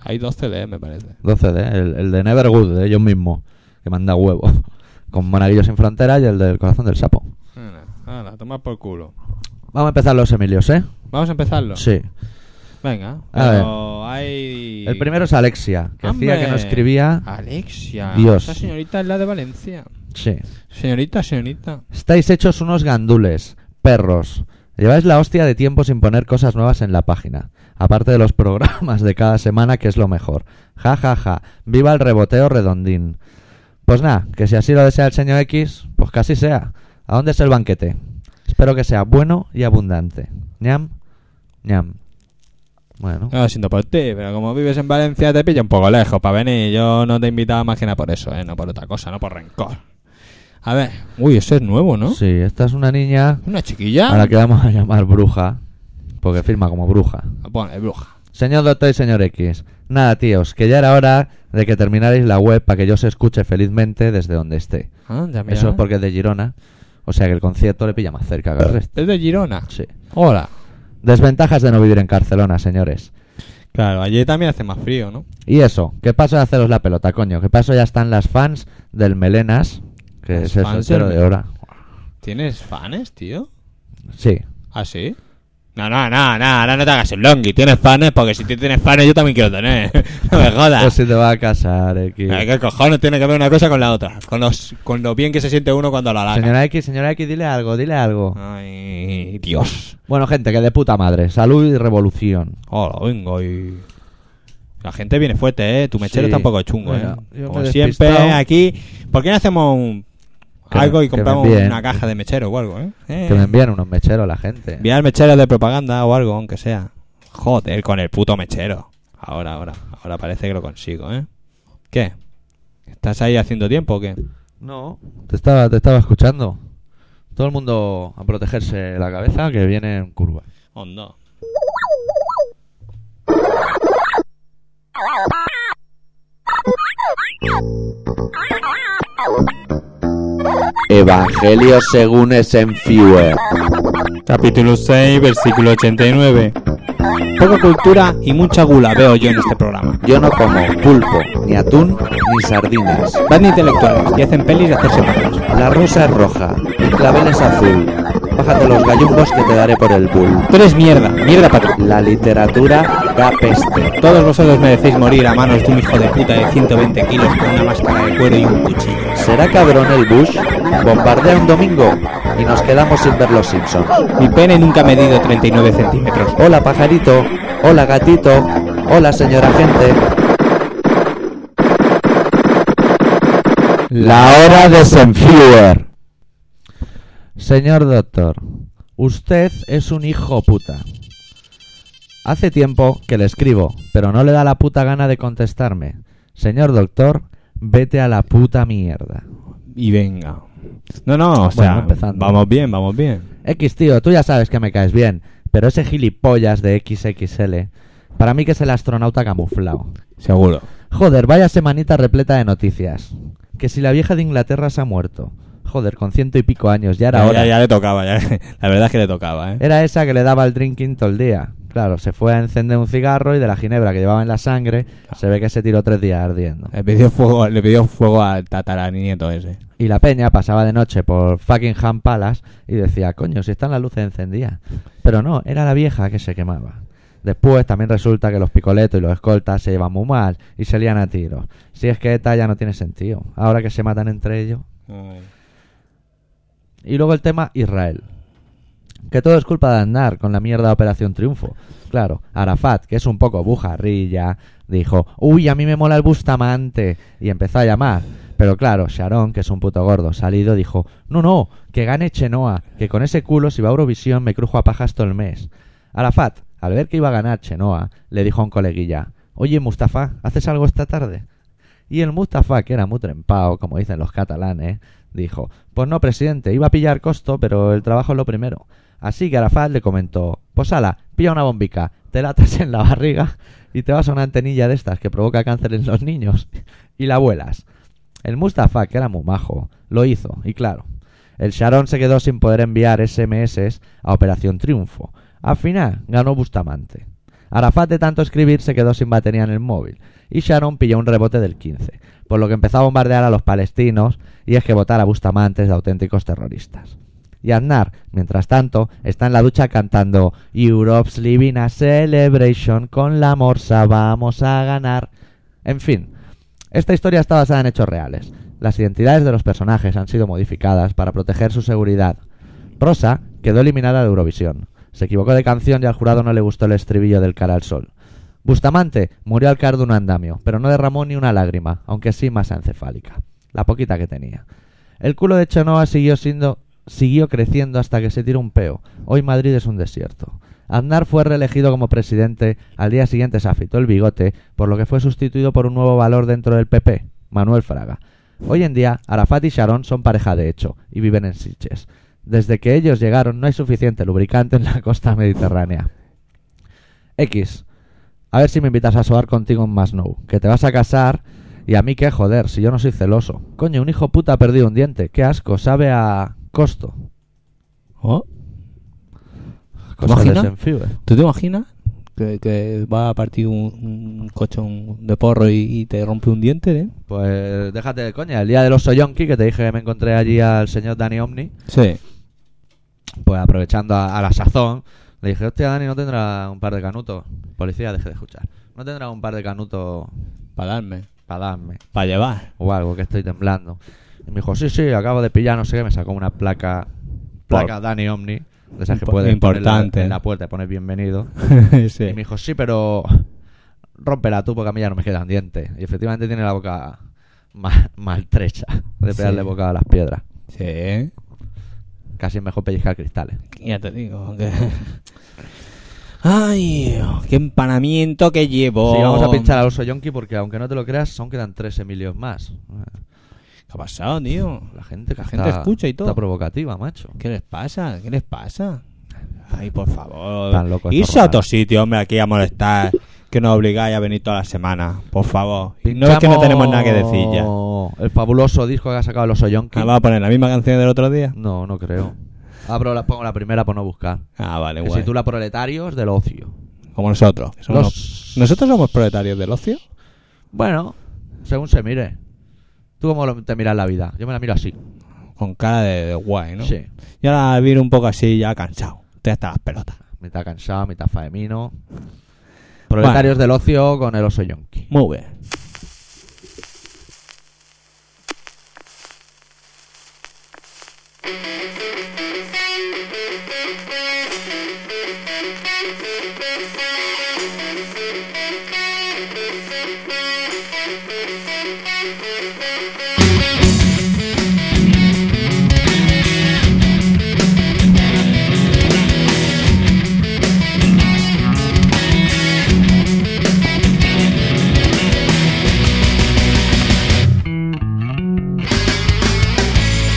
Hay dos CD, me parece. 12 de ¿eh? el, el de Nevergood, de ellos mismos, que manda huevo. Con Monaguillos sin Fronteras y el del corazón del sapo. Hala, hala, toma por culo. Vamos a empezar los Emilios, ¿eh? Vamos a empezarlo. Sí. Venga. A pero hay... El primero es Alexia, que decía Hombre, Ah. que no escribía. Alexia. Dios. Esa señorita es la de Valencia. Sí. Señorita, señorita. Estáis hechos unos gandules, perros. Lleváis la hostia de tiempo sin poner cosas nuevas en la página. Aparte de los programas de cada semana, que es lo mejor. Ja, ja, ja. Viva el reboteo redondín. Pues nada, que si así lo desea el señor X, pues que así sea. ¿A dónde es el banquete? Espero que sea bueno y abundante. Ñam, ñam. Bueno, No, lo siento por ti, pero como vives en Valencia te pilla un poco lejos para venir. Yo no te invitaba más que nada por eso, ¿eh? No por otra cosa, no por rencor. A ver. Uy, ese es nuevo, ¿no? Ah. sí, esta es una niña Una chiquilla. a la que vamos a llamar bruja, porque firma como bruja. Bueno, Ah, pues, es bruja. Señor Doctor y señor X. Nada, tíos, que ya era hora de que terminarais la web para que yo se escuche felizmente desde donde esté. Anda, Ah, mira. ¿eh? Eso es porque es de Girona. O sea que el concierto le pilla más cerca que el resto. Es de Girona. Sí. Hola. Desventajas de no vivir en Barcelona, señores. Claro, allí también hace más frío, ¿no? Y eso, que paso de haceros la pelota, coño. Que paso ya están las fans del Melenas, que Las es el fans soltero del de hora. ¿Tienes fans, tío? Sí. ¿Ah, sí? No, no, no, no, no, no te hagas el longi. Tienes fans porque si tú tienes fans yo también quiero tener. no me Pues jodas. si te va a casar, X. Eh, ¿Qué cojones tiene que ver una cosa con la otra? Con, los, con lo bien que se siente uno cuando la halaga. Señora X, señora X, dile algo, dile algo. Ah. Ay, Dios. Bueno, gente, que de puta madre. Salud y revolución. Hola, vengo y... La gente viene fuerte, ¿eh? Tu mechero Sí. está un poco chungo, Bueno, yo ¿eh? me Como he siempre, despistado. aquí... ¿Por qué no hacemos un- Que- algo y que me compramos envíen. una caja de mechero o algo, eh? Eh. Que me envían unos mecheros la gente. Enviar mecheros de propaganda o algo, aunque sea. Joder, con el puto mechero. Ahora, ahora, ahora parece que lo consigo, ¿eh? ¿Qué? ¿Estás ahí haciendo tiempo o qué? No, te estaba, te estaba escuchando. Todo el mundo a protegerse la cabeza que viene en curva. Hondo. Evangelio según es en Fewer. Capítulo 6, versículo 89. Poca cultura y mucha gula veo yo en este programa. Yo no como pulpo, ni atún, ni sardinas. Van de intelectuales y hacen pelis de hacerse malos. La rosa es roja, el clavel es azul. Bájate los gallumbos que te daré por el bull. Tú eres mierda, mierda patrón. La literatura da peste. Todos vosotros merecéis morir a manos de un hijo de puta de 120 kilos con una máscara de cuero y un cuchillo. ¿Será cabrón el Bush? Bombardea un domingo y nos quedamos sin ver los Simpsons. Mi pene nunca ha medido 39 centímetros. Hola pajarito, hola gatito, hola señora gente. La hora de Senfuer. Señor doctor, usted es un hijo puta. Hace tiempo que le escribo, pero no le da la puta gana de contestarme. Señor doctor, vete a la puta mierda. Y venga. No, no, o sea, empezando. vamos bien, vamos bien. X, tío, tú ya sabes que me caes bien, pero ese gilipollas de XXL, para mí que es el astronauta camuflado. Seguro. Joder, vaya semanita repleta de noticias. Que si la vieja de Inglaterra se ha muerto. Joder, con ciento y pico años, ya era Ya, hora. ya, ya le tocaba, ya. La verdad es que le tocaba, ¿eh? Era esa que le daba el drinking todo el día. Claro, se fue a encender un cigarro y de la ginebra que llevaba en la sangre, se ve que se tiró tres días ardiendo. Le pidió fuego, le pidió fuego al tataranieto ese. Y la peña pasaba de noche por Buckingham Palace y decía, coño, si están las luces encendidas. Pero no, era la vieja que se quemaba. Después también resulta que los picoletos y los escoltas se llevan muy mal y se lían a tiros. Si es que ETA ya no tiene sentido. Ahora que se matan entre ellos. Oh. Y luego el tema Israel. Que todo es culpa de andar con la mierda de Operación Triunfo. Claro, Arafat, que es un poco bujarrilla, dijo, uy, a mí me mola el Bustamante, y empezó a llamar. Pero claro, Sharon, que es un puto gordo salido, dijo: No, no, que gane Chenoa, que con ese culo, si va a Eurovisión, me crujo a pajas todo el mes. Arafat, al ver que iba a ganar Chenoa, le dijo a un coleguilla: Oye, Mustafa, ¿haces algo esta tarde? Y el Mustafa, que era muy trempao, como dicen los catalanes, dijo: Pues no, presidente, iba a pillar costo, pero el trabajo es lo primero. Así que Arafat le comentó: Pues ala, pilla una bombica, te la atas en la barriga y te vas a una antenilla de estas que provoca cáncer en los niños y la vuelas. El Mustafa, que era muy majo, lo hizo, y claro, el Sharon se quedó sin poder enviar SMS a Operación Triunfo. Al final, ganó Bustamante. Arafat de tanto escribir se quedó sin batería en el móvil, y Sharon pilló un rebote del 15, por lo que empezó a bombardear a los palestinos y es que votar a Bustamante es de auténticos terroristas. Y Aznar, mientras tanto, está en la ducha cantando Europe's living a celebration, con la morsa vamos a ganar. En fin, esta historia está basada en hechos reales. Las identidades de los personajes han sido modificadas para proteger su seguridad. Rosa quedó eliminada de Eurovisión. Se equivocó de canción y al jurado no le gustó el estribillo del cara al sol. Bustamante murió al caer de un andamio, pero no derramó ni una lágrima, aunque sí masa encefálica, la poquita que tenía. El culo de Chenoa siguió siendo siguió creciendo hasta que se tiró un peo. Hoy Madrid es un desierto. Aznar fue reelegido como presidente, al día siguiente se afeitó el bigote, por lo que fue sustituido por un nuevo valor dentro del PP, Manuel Fraga. Hoy en día, Arafat y Sharon son pareja de hecho y viven en Siches. Desde que ellos llegaron no hay suficiente lubricante en la costa mediterránea. X. A ver si me invitas a soar contigo en Masnou, que te vas a casar y a mí qué joder, si yo no soy celoso. Coño, un hijo puta ha perdido un diente, qué asco, sabe a costo. Oh, Cosas imaginas? de Senfibre. ¿Tú te imaginas que, que va a partir un, un colchón de porro y, y te rompe un diente, eh? Pues déjate de coña. El día del oso yonki, que te dije que me encontré allí al señor Dani Omni, Sí. pues aprovechando a, a la sazón, le dije, hostia, Dani, ¿no tendrá un par de canutos? Policía, deje de escuchar. ¿No tendrá un par de canutos Para darme. para darme? Para llevar. O algo, que estoy temblando. Y me dijo, sí, sí, acabo de pillar, no sé qué. Me sacó una placa, placa Dani Omni, de esas que Impo- puedes poner importante. en la puerta y poner bienvenido. Y sí. me dijo, sí, pero rómpela tú porque a mí ya no me quedan dientes. Y efectivamente tiene la boca ma- maltrecha de Sí. pegarle boca a las piedras. Sí. ¿eh? Casi es mejor pellizcar cristales. Ya te digo que... Ay, oh, qué empanamiento que llevo. Sí, vamos a pinchar al oso yonki porque aunque no te lo creas, aún quedan tres Emilios más. ¿Qué ha pasado, tío? La gente que La gente está- escucha y todo. Está provocativa, macho. ¿Qué les pasa? ¿Qué les pasa? Ay, por favor. Están locos estos Irse a otro romanos. sitio, hombre, aquí a molestar. Que nos obligáis a venir toda la semana. Por favor. No es que no tenemos nada que decir ya. ya. El fabuloso disco que ha sacado el oso yonki. Ah, ¿Vas a poner la misma canción del otro día? No, no creo. Abro la, pongo la primera por no buscar. Ah, vale, Que guay. se titula Proletarios del Ocio. Como nosotros. que somos Los- unos- ¿Nosotros somos proletarios del ocio? Bueno, según se mire. ¿Tú cómo lo- te miras la vida? Yo me la miro así. Con cara de, de guay, ¿no? Sí. Yo la vi un poco así, ya cansado. Estoy hasta las pelotas. Mitad cansado, mitad faemino. Proletarios del ocio con el oso yonki. Muy bien.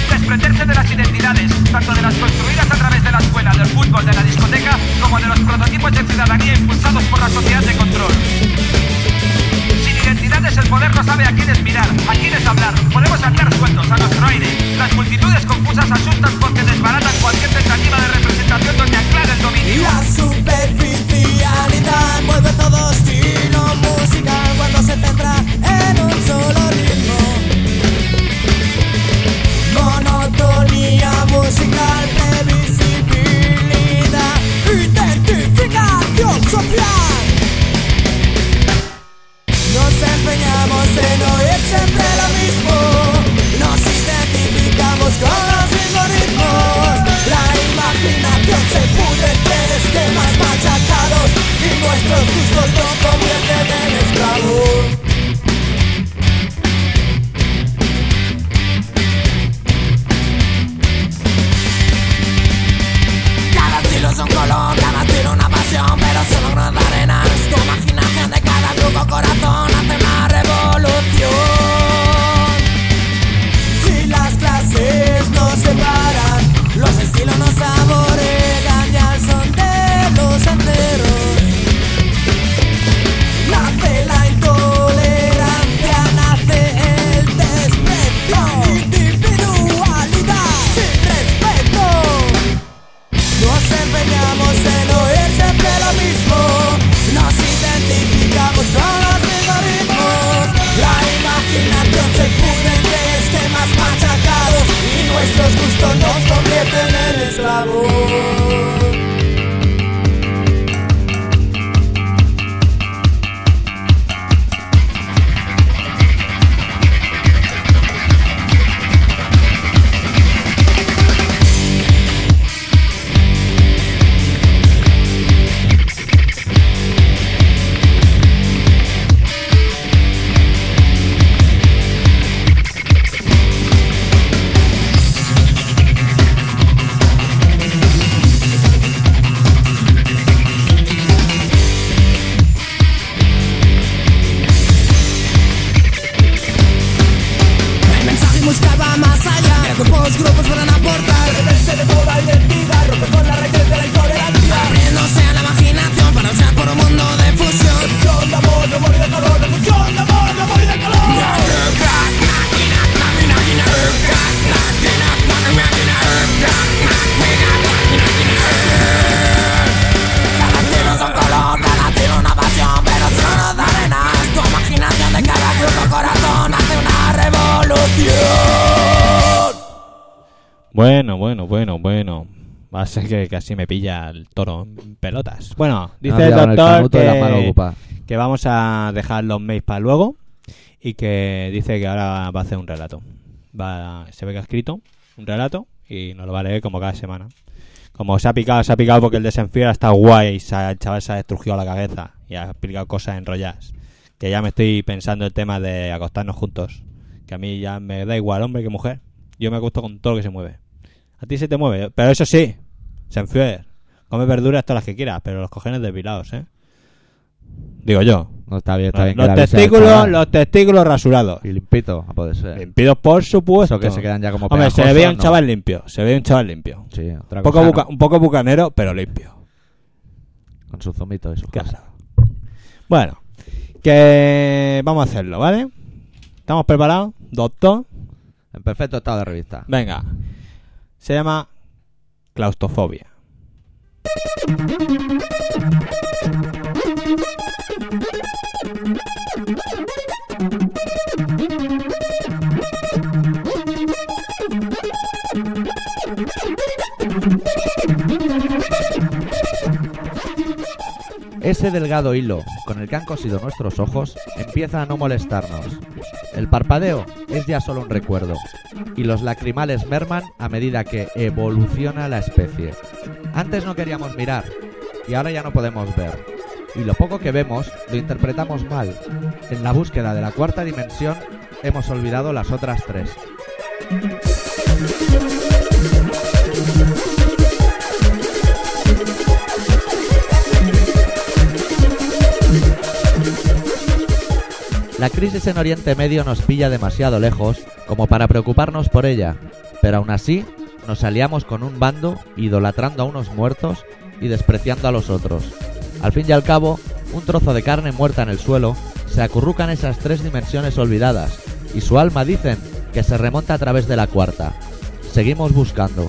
Desprenderse de las identidades, tanto de las construidas a través de la escuela, del fútbol, de la discoteca, como de los prototipos de ciudadanía impulsados por la sociedad de control. Sin identidades el poder no sabe a quiénes mirar, a quiénes hablar. Podemos andar sueltos a nuestro aire. Las multitudes confusas asustan porque desbaratan cualquier tentativa de representación donde aclara el dominio. La superficialidad mueve todo estilo musical cuando se tendrá en un solo ritmo. Monotonía musical, previsibilidad, identificación social. Nos empeñamos en oír siempre lo mismo Nos identificamos con los mismos ritmos La imaginación se pudre en esquemas machacados Y nuestros gustos no convierten en esclavos grano de arena Es tu imaginación de cada grupo corazón Hace una revolución si las clases nos separan, los estilos nos saborean y al son de los enteros. Nace la intolerancia, nace el desprecio, individualidad sin respeto. Nos empeñamos en oír siempre lo mismo Nos identificamos con los algoritmos La imaginación se pudre de esquemas machacados Y nuestros gustos nos convierten en esclavos El mensaje buscaba más allá Grupos, grupos van a aportar Reverse de toda identidad Rompe con las redes de la intolerancia Abriéndose a la imaginación Para usar por un mundo de fusión Fusión de amor, de amor y de calor De fusión de amor, de amor y de calor Cada tiro es un color, cada tiro una pasión Pero solo nos da arena Es tu imaginación de cada grupo corazón Hace una revolución Bueno, bueno, bueno, bueno. Va a ser que casi me pilla el toro en pelotas. Bueno, dice el pillado en el doctor canuto que, de la mano ocupada. que vamos a dejar los mails para luego y que dice que ahora va a hacer un relato. Va, se ve que ha escrito un relato y nos lo va a leer como cada semana. Como se ha picado, se ha picado porque el desenfiera está guay y se ha- el chaval se ha destruido la cabeza y ha explicado cosas enrolladas. Que ya me estoy pensando el tema de acostarnos juntos. Que a mí ya me da igual hombre que mujer. Yo me acuesto con todo lo que se mueve. A ti se te mueve, pero eso sí, Senfier, come verduras todas las que quieras, pero los cojones depilados, ¿eh? Digo yo. No está bien, está bien. que los le avise al testículos, chaval. los testículos rasurados. Y limpito, a poder ser. Limpidos, por supuesto. Eso que se quedan ya como Hombre, se pegajosos, veía un no. chaval limpio, se veía un chaval limpio. Sí, otra Un poco, cosa buca- no. un poco bucanero, pero limpio. Con su zumito y sus Claro. cosas. Bueno, que vamos a hacerlo, ¿vale? ¿Estamos preparados? Doctor. En perfecto estado de revista. Venga. Se llama claustrofobia. Ese delgado hilo con el que han cosido nuestros ojos empieza a no molestarnos. El parpadeo es ya solo un recuerdo, y los lacrimales merman a medida que evoluciona la especie. Antes no queríamos mirar, y ahora ya no podemos ver. Y lo poco que vemos lo interpretamos mal. En la búsqueda de la cuarta dimensión hemos olvidado las otras tres. La crisis en Oriente Medio nos pilla demasiado lejos como para preocuparnos por ella, pero aún así nos aliamos con un bando idolatrando a unos muertos y despreciando a los otros. Al fin y al cabo, un trozo de carne muerta en el suelo se acurrucan esas tres dimensiones olvidadas y su alma dicen que se remonta a través de la cuarta. Seguimos buscando.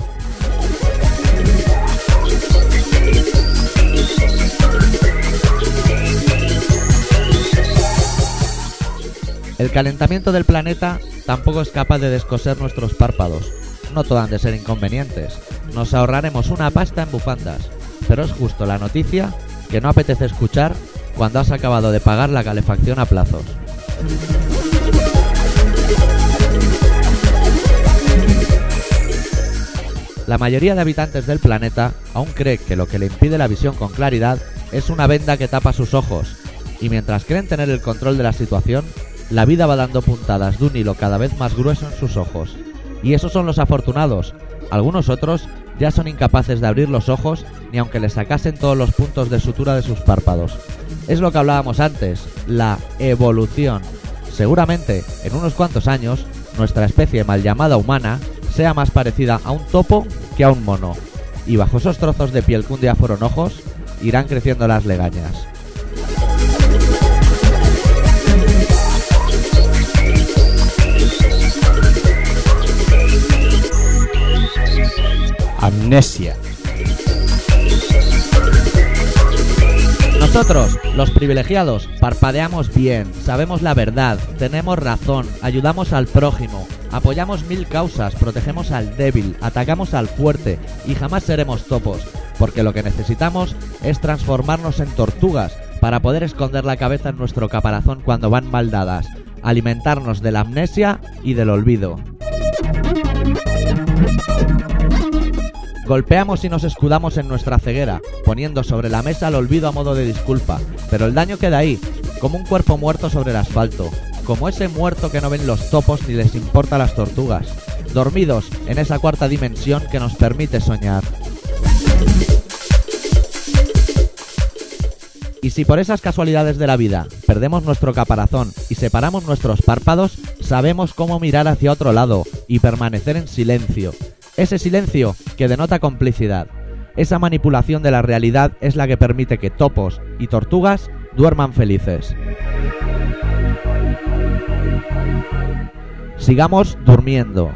El calentamiento del planeta tampoco es capaz de descoser nuestros párpados. No todo han de ser inconvenientes. Nos ahorraremos una pasta en bufandas. Pero es justo la noticia que no apetece escuchar cuando has acabado de pagar la calefacción a plazos. La mayoría de habitantes del planeta aún cree que lo que le impide la visión con claridad es una venda que tapa sus ojos, y mientras creen tener el control de la situación, la vida va dando puntadas de un hilo cada vez más grueso en sus ojos. Y esos son los afortunados. Algunos otros Ya son incapaces de abrir los ojos ni aunque les sacasen todos los puntos de sutura de sus párpados. Es lo que hablábamos antes, la evolución. Seguramente, en unos cuantos años, nuestra especie mal llamada humana sea más parecida a un topo que a un mono. Y bajo esos trozos de piel que un día fueron ojos, irán creciendo las legañas. Amnesia. Nosotros, los privilegiados, parpadeamos bien, sabemos la verdad, tenemos razón, ayudamos al prójimo, apoyamos mil causas, protegemos al débil, atacamos al fuerte y jamás seremos topos, porque lo que necesitamos es transformarnos en tortugas para poder esconder la cabeza en nuestro caparazón cuando van mal dadas, alimentarnos de la amnesia y del olvido. Golpeamos y nos escudamos en nuestra ceguera, poniendo sobre la mesa el olvido a modo de disculpa, pero el daño queda ahí, como un cuerpo muerto sobre el asfalto, como ese muerto que no ven los topos ni les importa las tortugas, dormidos en esa cuarta dimensión que nos permite soñar. Y si por esas casualidades de la vida perdemos nuestro caparazón y separamos nuestros párpados, sabemos cómo mirar hacia otro lado y permanecer en silencio. Ese silencio que denota complicidad. Esa manipulación de la realidad es la que permite que topos y tortugas duerman felices. Sigamos durmiendo.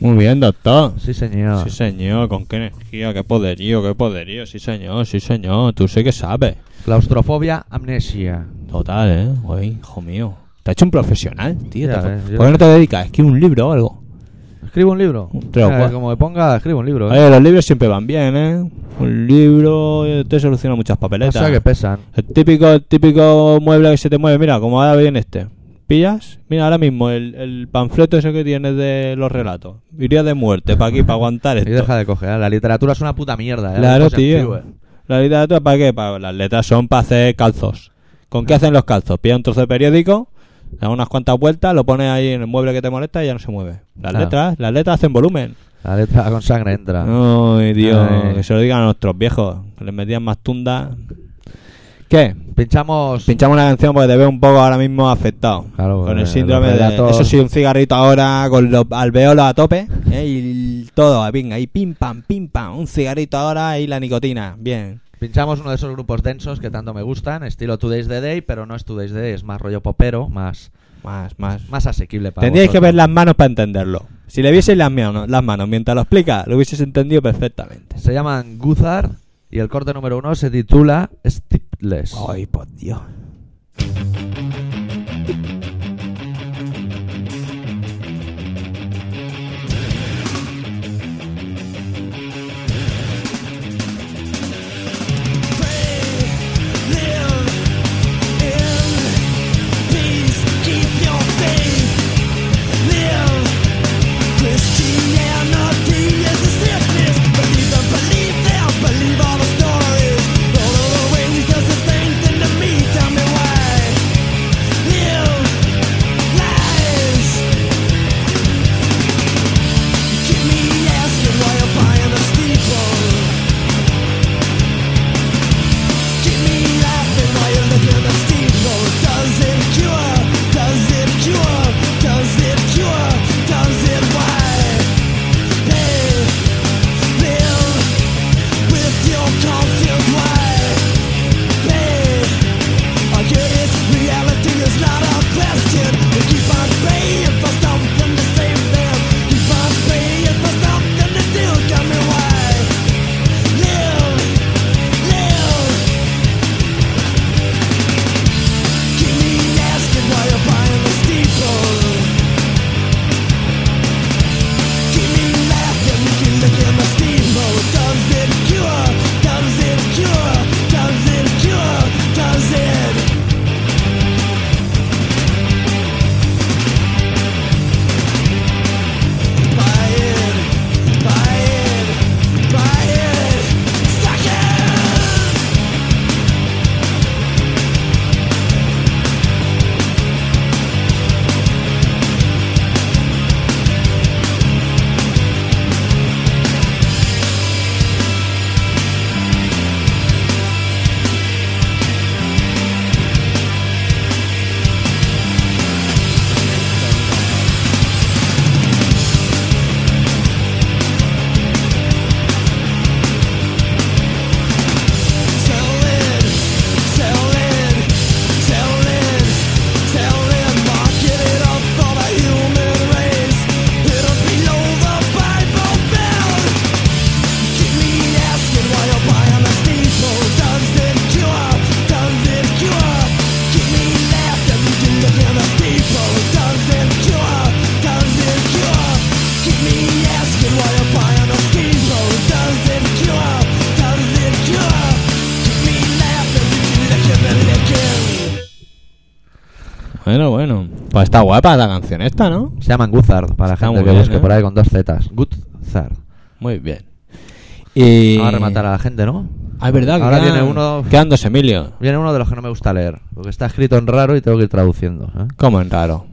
Muy bien, doctor. Sí, señor. Sí, señor, con qué energía, qué poderío, qué poderío. Sí, señor, sí, señor. Tú sí que sabes. Claustrofobia, amnesia. Total, ¿eh? Oye, hijo mío. Te ha hecho un profesional, tío. Ya te ha- ves, yo- ¿Por qué no te dedicas? Es que un libro o algo. Escribo un libro. Tres o Eh, cuatro. como me ponga, escribo un libro. ¿eh? Oye, los libros siempre van bien, ¿eh? Un libro eh, te soluciona muchas O papeletas. sea que pesan. El típico, el típico mueble que se te mueve, mira, como ahora viene este. ¿Pillas? Mira, ahora mismo el, el panfleto ese que tienes de los relatos. Iría de muerte para aquí, para aguantar Y esto. deja de coger. ¿eh? La literatura es una puta mierda. ¿eh? Claro, Las cosas en tío. frío, ¿eh? La literatura, ¿para qué? Para, las letras son para hacer calzos. ¿Con Ah. qué hacen los calzos? Pilla un trozo de periódico, le das unas cuantas vueltas, lo pones ahí en el mueble que te molesta y ya no se mueve. Las Claro. letras, las letras hacen volumen. La letra con sangre entra. Ay, Dios, Ay. que se lo digan a nuestros viejos, que les metían más tundas. ¿Qué? Pinchamos. Pinchamos una canción porque te veo un poco ahora mismo afectado. Claro, con porque el síndrome los de. relatos- Eso sí, un cigarrito ahora con los alveolos a tope. ¿eh? Y todo, venga, y pim pam, pim pam. Un cigarrito ahora y la nicotina. Bien. Pinchamos uno de esos grupos densos que tanto me gustan, estilo Today's the Day, pero no es Today's the Day, es más rollo popero, más, Más, más. más asequible para Tendríais que vosotros. ver las manos para entenderlo. Si le vieseis las manos, las manos mientras lo explica, lo hubieses entendido perfectamente. Se llaman Guzar y el corte número uno se titula Stipless. Ay, por Dios. Believe all the stories. Roll away, does this thing to me? Tell me why. Bueno, bueno. Pues está guapa la canción esta, ¿no? Se llaman Guzzard, para la Está gente muy que bien, busque ¿eh? por ahí con dos zetas. Guzzard. Muy bien. Y... Vamos a rematar a la gente, ¿no? Ah, es verdad que Ahora quedan- viene uno- Quedan dos Emilio. Viene uno de los que no me gusta leer, porque está escrito en raro y tengo que ir traduciendo. ¿eh? ¿Cómo en raro?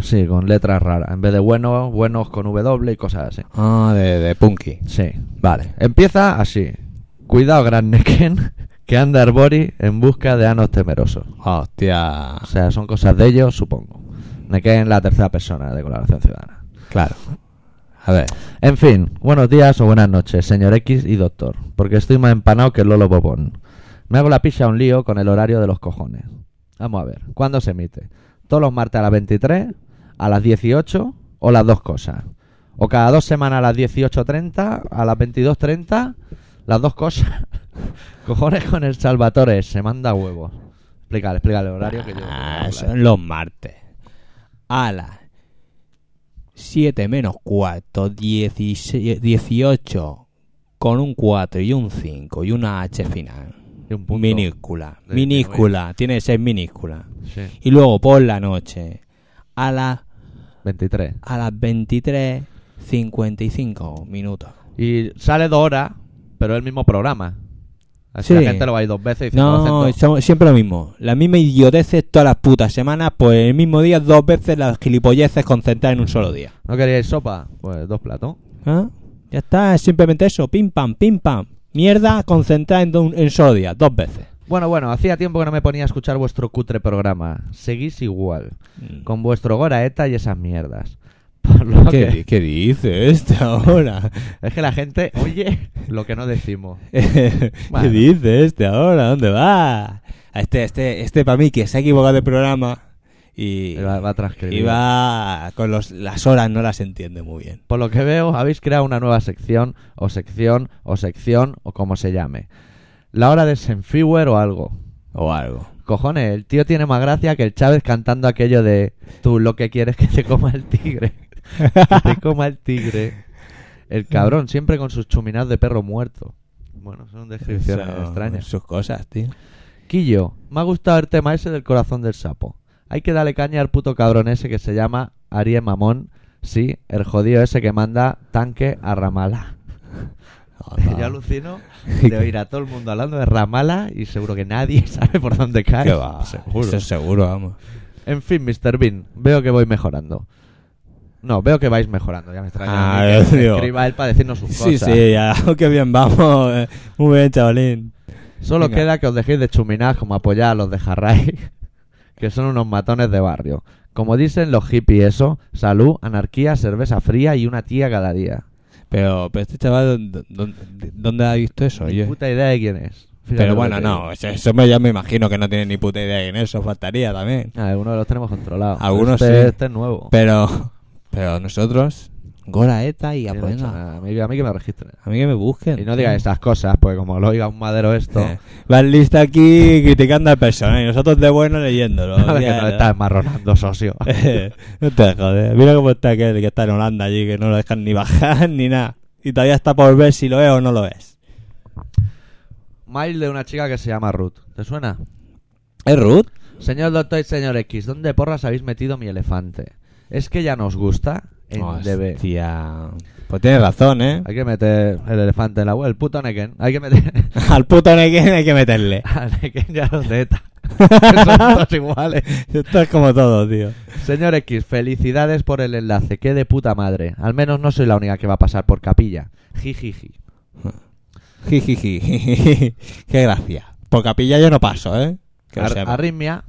Sí, con letras raras. En vez de buenos, buenos con W y cosas así. Ah, de, de Punky. Sí. Vale. Empieza así. Cuidado, Gran Neken, que anda Arbori en busca de anos temerosos. Hostia. O sea, son cosas de ellos, supongo. Neken, la tercera persona de colaboración ciudadana. Claro. A ver. En fin, buenos días o buenas noches, señor X y doctor, porque estoy más empanado que el Lolo Bobón. Me hago la picha un lío con el horario de los cojones. Vamos a ver, ¿cuándo se emite? ¿Todos los martes a las 23, a las 18 o las dos cosas? ¿O cada dos semanas a las 18.30, a las 22.30, las dos cosas? Cojones con el Salvatore, se manda huevos. Explícale, explícale el horario que yo... Ah, son los martes. A las 7 menos cuarto, 16 18, con un 4 y un 5 y una H final. Y un punto. Minúscula. De- de Minúscula. Tiene que ser minúscula. Sí, Y luego por la noche, a las 23. a las 23.55 minutos. Y sale dos horas, pero es el mismo programa. Así Sí. la gente lo va a ir dos veces y dice, No, "Lo acepto". somos siempre lo mismo. Las mismas idioteces todas las putas semanas, pues el mismo día dos veces las gilipolleces concentradas en un solo día. ¿No queríais sopa? Pues dos platos. ¿Ah? Ya está, es simplemente eso. Pim pam, pim pam. Mierda concentrada en un en solo día, dos veces. Bueno, bueno, hacía tiempo que no me ponía a escuchar vuestro cutre programa. Seguís igual, con vuestro goraeta y esas mierdas. Por lo ¿Qué, que- di- qué dice este ahora? es que la gente oye lo que no decimos. ¿Qué Bueno. dice este ahora? ¿Dónde va? A Este, este, este para mí que se ha equivocado de programa y Y va- va a transcribir. y va con los, las horas no las entiende muy bien. Por lo que veo, habéis creado una nueva sección, o sección, o sección, o como se llame. La hora de Senfewer o algo. O algo. Cojones, el tío tiene más gracia que el Chávez cantando aquello de tú lo que quieres es que te coma el tigre. que te coma el tigre. El cabrón, siempre con sus chuminadas de perro muerto. Bueno, son descripciones Son extrañas. Sus cosas, tío. Quillo, me ha gustado el tema ese del corazón del sapo. Hay que darle caña al puto cabrón ese que se llama Ariel Mamón. Sí, el jodido ese que manda tanque a Ramala. Pues Yo alucino de oír a todo el mundo hablando de Ramala y seguro que nadie sabe por dónde cae. ¿Qué Ah, va? Seguro. Eso es seguro, vamos. En fin, Mr. Bean, veo que voy mejorando. No, veo que vais mejorando. Ya me extraña. Ah, a mí que digo. escriba él para decirnos sus Sí, cosas. sí, ya. Qué bien, vamos. eh. Muy bien, chavalín. Solo Venga. queda que os dejéis de chuminar como apoyar a los de Jarray, que son unos matones de barrio. Como dicen los hippies, eso, salud, anarquía, cerveza fría y una tía cada día. Pero, pero este chaval, ¿dó- dó- ¿dónde, ha visto eso? Ni Yo- puta idea de quién es. Fíjate Pero lo bueno, que te no, digo. eso, eso me, ya me imagino que no tiene ni puta idea en eso, faltaría también. Ah, Algunos los tenemos controlados. Algunos este, sí. Este es nuevo. Pero, pero nosotros, Gora ETA y Sí, no he apoyando hecho a, nada. a, mí, a mí que me registren. a mí que me busquen. Y no digáis tío. esas cosas, porque como lo oiga un madero esto... Eh, Vas lista aquí criticando al personal y nosotros de bueno leyéndolo. A ver que Ya, nos ya. estás marronando, socio. Eh, no te jodes. Mira cómo está aquel que está en Holanda allí, que no lo dejan ni bajar ni nada. Y todavía está por ver si lo es o no lo es. Mail de una chica que se llama Ruth. ¿Te suena? ¿Es Ruth? Señor Doctor y señor X, ¿dónde porras habéis metido mi elefante? ¿Es que ya nos gusta? En DB. Hostia. Pues tienes razón, ¿eh? Hay que meter el elefante en la web, el puto Neken. Hay que meter Al puto Nequén hay que meterle. al Neken ya los de ETA. Que Son todos iguales. Esto es como todo, tío. Señor X, felicidades por el enlace. Qué de puta madre. Al menos no soy la única que va a pasar por capilla. Jijiji. Jijiji. Qué gracia. Por capilla yo no paso, ¿eh? Que lo Ar- sepa. arritmia.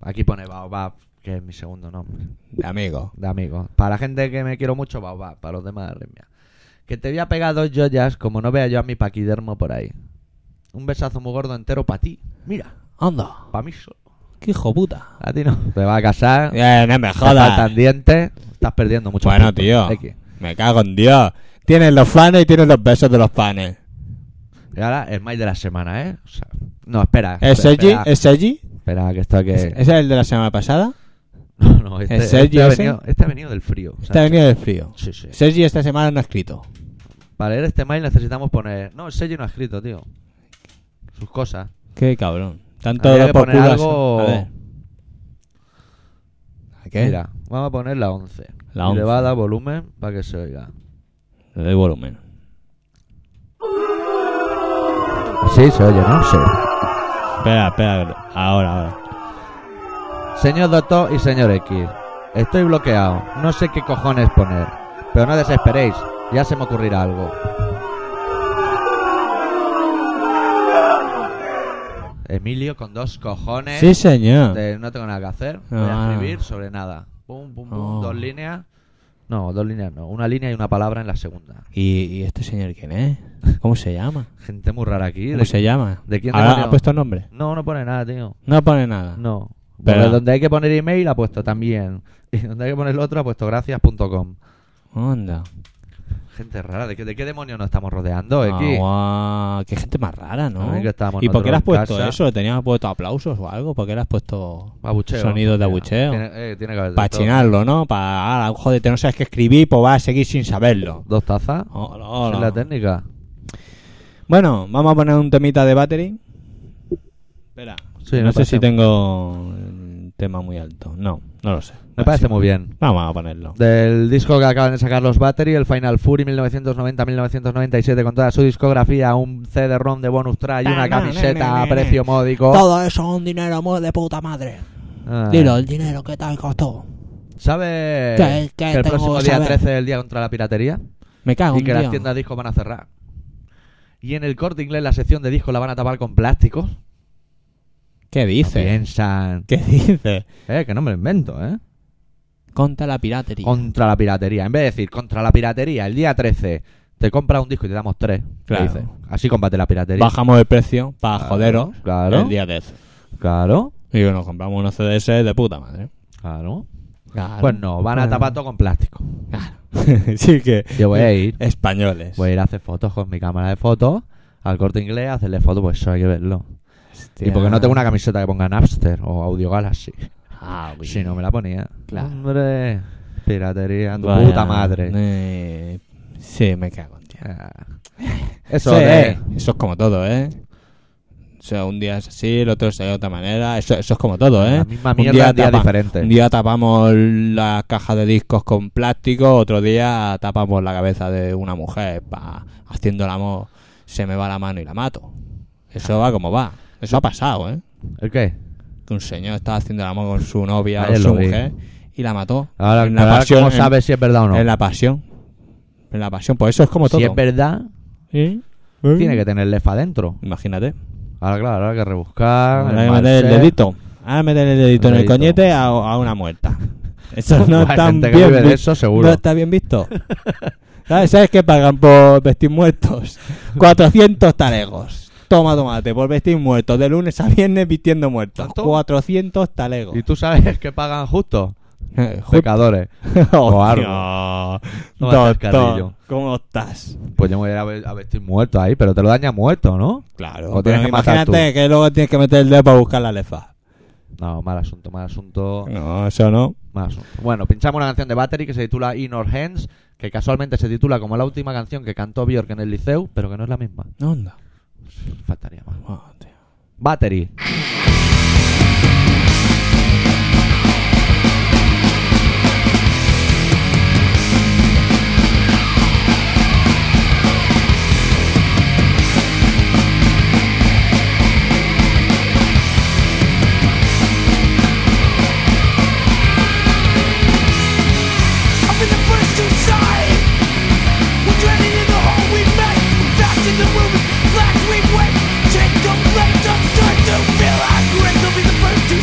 Aquí pone Baobab, que es mi segundo nombre. Amigo. de amigos. Para la gente que me quiero mucho, va, va. Para los demás, arritmia. Que te voy a pegar dos joyas como no vea yo a mi paquidermo por ahí. Un besazo muy gordo entero para ti. Mira, Anda. para mí solo. Qué hijo puta. A ti no. Te vas a casar. Eh, no me te jodas. faltan dientes. Estás perdiendo mucho Bueno, puntos. tío. X. Me cago en Dios. Tienes los fans y tienes los besos de los fans. Y ahora el mail de la semana, ¿eh? O sea, no, espera. ¿Es espera, Sergi? espera, ¿Es Sergi? Espera, que esto hay que. ¿Ese es el de la semana pasada? No, no, este, ¿Es Sergi este ha ese? venido, este ha venido del frío. o sea, Este ha venido del frío. Sí, sí. Sergi esta semana no ha escrito. Para leer este mail necesitamos poner. No, Sergi no ha escrito, tío. Sus cosas. Qué cabrón. Tanto Habría dos que por poner culo. algo- a- a ver. ¿A qué? Mira, vamos a poner la 11. La Y 11. le va a dar volumen para que se oiga. Le doy volumen. Sí, se oye, ¿no? Sí. Espera, espera. Ahora, ahora. Señor Doctor y señor X, estoy bloqueado. No sé qué cojones poner. Pero no desesperéis, ya se me ocurrirá algo. Emilio con dos cojones. Sí, señor. de no tengo nada que hacer. Voy a Ah. escribir sobre nada. Pum, pum, pum. Oh. Dos líneas. No, dos líneas no. Una línea y una palabra en la segunda. ¿Y, y este señor quién es? ¿Cómo se llama? Gente muy rara aquí. ¿Cómo De- se llama? de quién Ahora demonios? ha puesto nombre. No, no pone nada, tío. No pone nada. No. Ah. Pero- Pero donde hay que poner email ha puesto también. Y donde hay que poner el otro ha puesto gracias.com. Onda. Gente rara, ¿de qué, de qué demonio nos estamos rodeando, X? Ah, guau, Qué gente más rara, ¿no? A ver que estábamos ¿Y por qué le has nosotros en puesto casa. eso? ¿Tenías puesto aplausos o algo? ¿Por qué le has puesto Abucheo. sonidos Mira, de abucheo? Tiene, eh, tiene que haber de Para todo. chinarlo, ¿no? Para, ah, jódete, no sabes qué escribir, pues vas a seguir sin saberlo. Dos tazas. Hola, Esa hola. Es la técnica. Bueno, vamos a poner un temita de battery. Espera. Sí, no me sé parece- si tengo un tema muy alto. No, no lo sé. Me parece muy bien. Vamos a ponerlo. Del disco que acaban de sacar los Battery, el Final Fury 1990-1997, con toda su discografía, un CD-ROM de bonus track Ah, y una camiseta a precio módico. Todo eso es un dinero muy de puta madre. Ah. Dilo, el dinero que tal costó. ¿Sabe ¿Qué- qué que el tengo próximo que día saber? Ah, 13 es el día contra la piratería? Me cago y en que las Dios. tiendas de discos van a cerrar. Y en el corte inglés la sección de discos la van a tapar con plásticos. ¿Qué dice? Piensan. ¿Qué dice? Eh, que no me lo invento, ¿eh? Contra la piratería. Contra la piratería. En vez de decir contra la piratería, el día 13 te compras un disco y te damos tres. le Claro. dices. Así combate la piratería. Bajamos el precio para joderos claro. el día de eso. Claro. Y nos compramos unos CDS de puta madre. Claro. Claro. Pues no, van a tapar todo con plástico. sí que. Yo voy a ir. Españoles. Voy a ir a hacer fotos con mi cámara de fotos al corte inglés, a hacerle fotos, pues eso hay que verlo. Hostia. Y porque no tengo una camiseta que ponga Napster o Audio Galaxy. Ah, güey. Si no me la ponía. Claro. Hombre, piratería, tu Vaya, puta madre. eh, sí, me cago en Dios. Ah. Eso Sí, de- eh, eso es como todo, ¿eh? O sea, un día es así, el otro es de otra manera. Eso, eso es como todo, ¿eh? La misma mierda en días diferentes. Un día tapamos la caja de discos con plástico, otro día tapamos la cabeza de una mujer pa, haciendo el amor. Se me va la mano y la mato. Eso va como va. Eso ha pasado, ¿eh? ¿El qué? Que un señor estaba haciendo el amor con su novia o Ayer su lo vi. mujer y la mató. Ahora, En la ahora pasión, ¿cómo en- sabes si es verdad o no? En la pasión. En la pasión. Pues eso es como todo. ¿Eh? si es verdad, tiene que tener lefa adentro. Imagínate. Ahora, claro, ahora hay que rebuscar. Ahora hay que el meter el marcher. dedito. Ahora meter el dedito en el Ah, dedito. coñete a, a una muerta. Eso no Hay está bien gente que vive de vi- eso, seguro. No está bien visto. ¿Sabes, ¿Sabes qué pagan por vestir muertos? 400 talegos. Toma tomate, por vestir muertos. De lunes a viernes vistiendo muertos. ¿Cuánto? 400 talegos. Y tú sabes que pagan justo. Eh, ju- Pecadores. Hostia. No va a ser Doctor, carrillo. ¿cómo estás? Pues yo me voy a ir a ve- a vestir muerto ahí, pero te lo daña muerto, ¿no? O Claro, pero tienes que matar imagínate que luego tienes que meter el dedo para buscar la lefa. No, mal asunto, mal asunto. No, eso no. Mal asunto. Bueno, pinchamos una canción de Battery que se titula In Our Hands, que casualmente se titula como la última canción que cantó Björk en el liceu, pero que no es la misma. No, anda. Faltaría más. Battery. I've been the first to sigh. We're dreading in the hole we met. Fast in the room, black we wait. Take the blade, don't start to feel like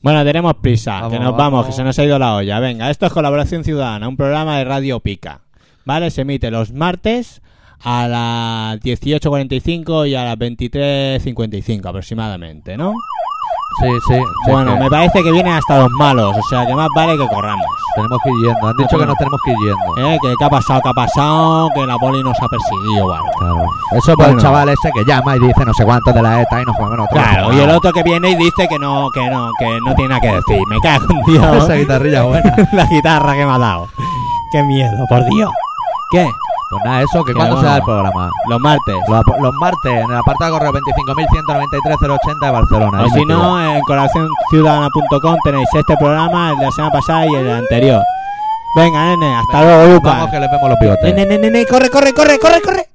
Bueno, tenemos prisa, Vamos, que nos vamos, vamos. que se nos ha ido la olla. Venga, esto es Colaboración Ciudadana, un programa de Radio Pica. ¿Vale? Se emite los martes a las 18.45 y a las 23.55 aproximadamente, ¿no? Sí, sí. sí, bueno, que me parece que vienen hasta los malos, o sea que más vale que corramos. Tenemos que ir yendo. Han dicho que nos tenemos que ir yendo. ¿Eh? Que qué ha pasado, qué ha pasado, que la poli nos ha perseguido o algo. Claro. Eso por el Bueno. chaval ese que llama y dice no sé cuánto de la ETA y nos jugamos nosotros. Claro, y el otro que viene y dice que no, que no, que no tiene nada que decir. Me cago en Dios. Esa guitarrilla buena. la guitarra que me ha dado. Qué miedo, por Dios. ¿Qué? Pues nada, eso, que Que cuando no. se da el programa. Los martes. Los, los martes, en el apartado de correo 25.193.080 de Barcelona. o si efectivo. no, en colaboracionciudadana.com tenéis este programa, el de la semana pasada y el anterior. Venga, nene, hasta luego, Lucas. Vamos que les vemos los bigotes. Nene, nene, nene, corre, corre, corre, corre, corre.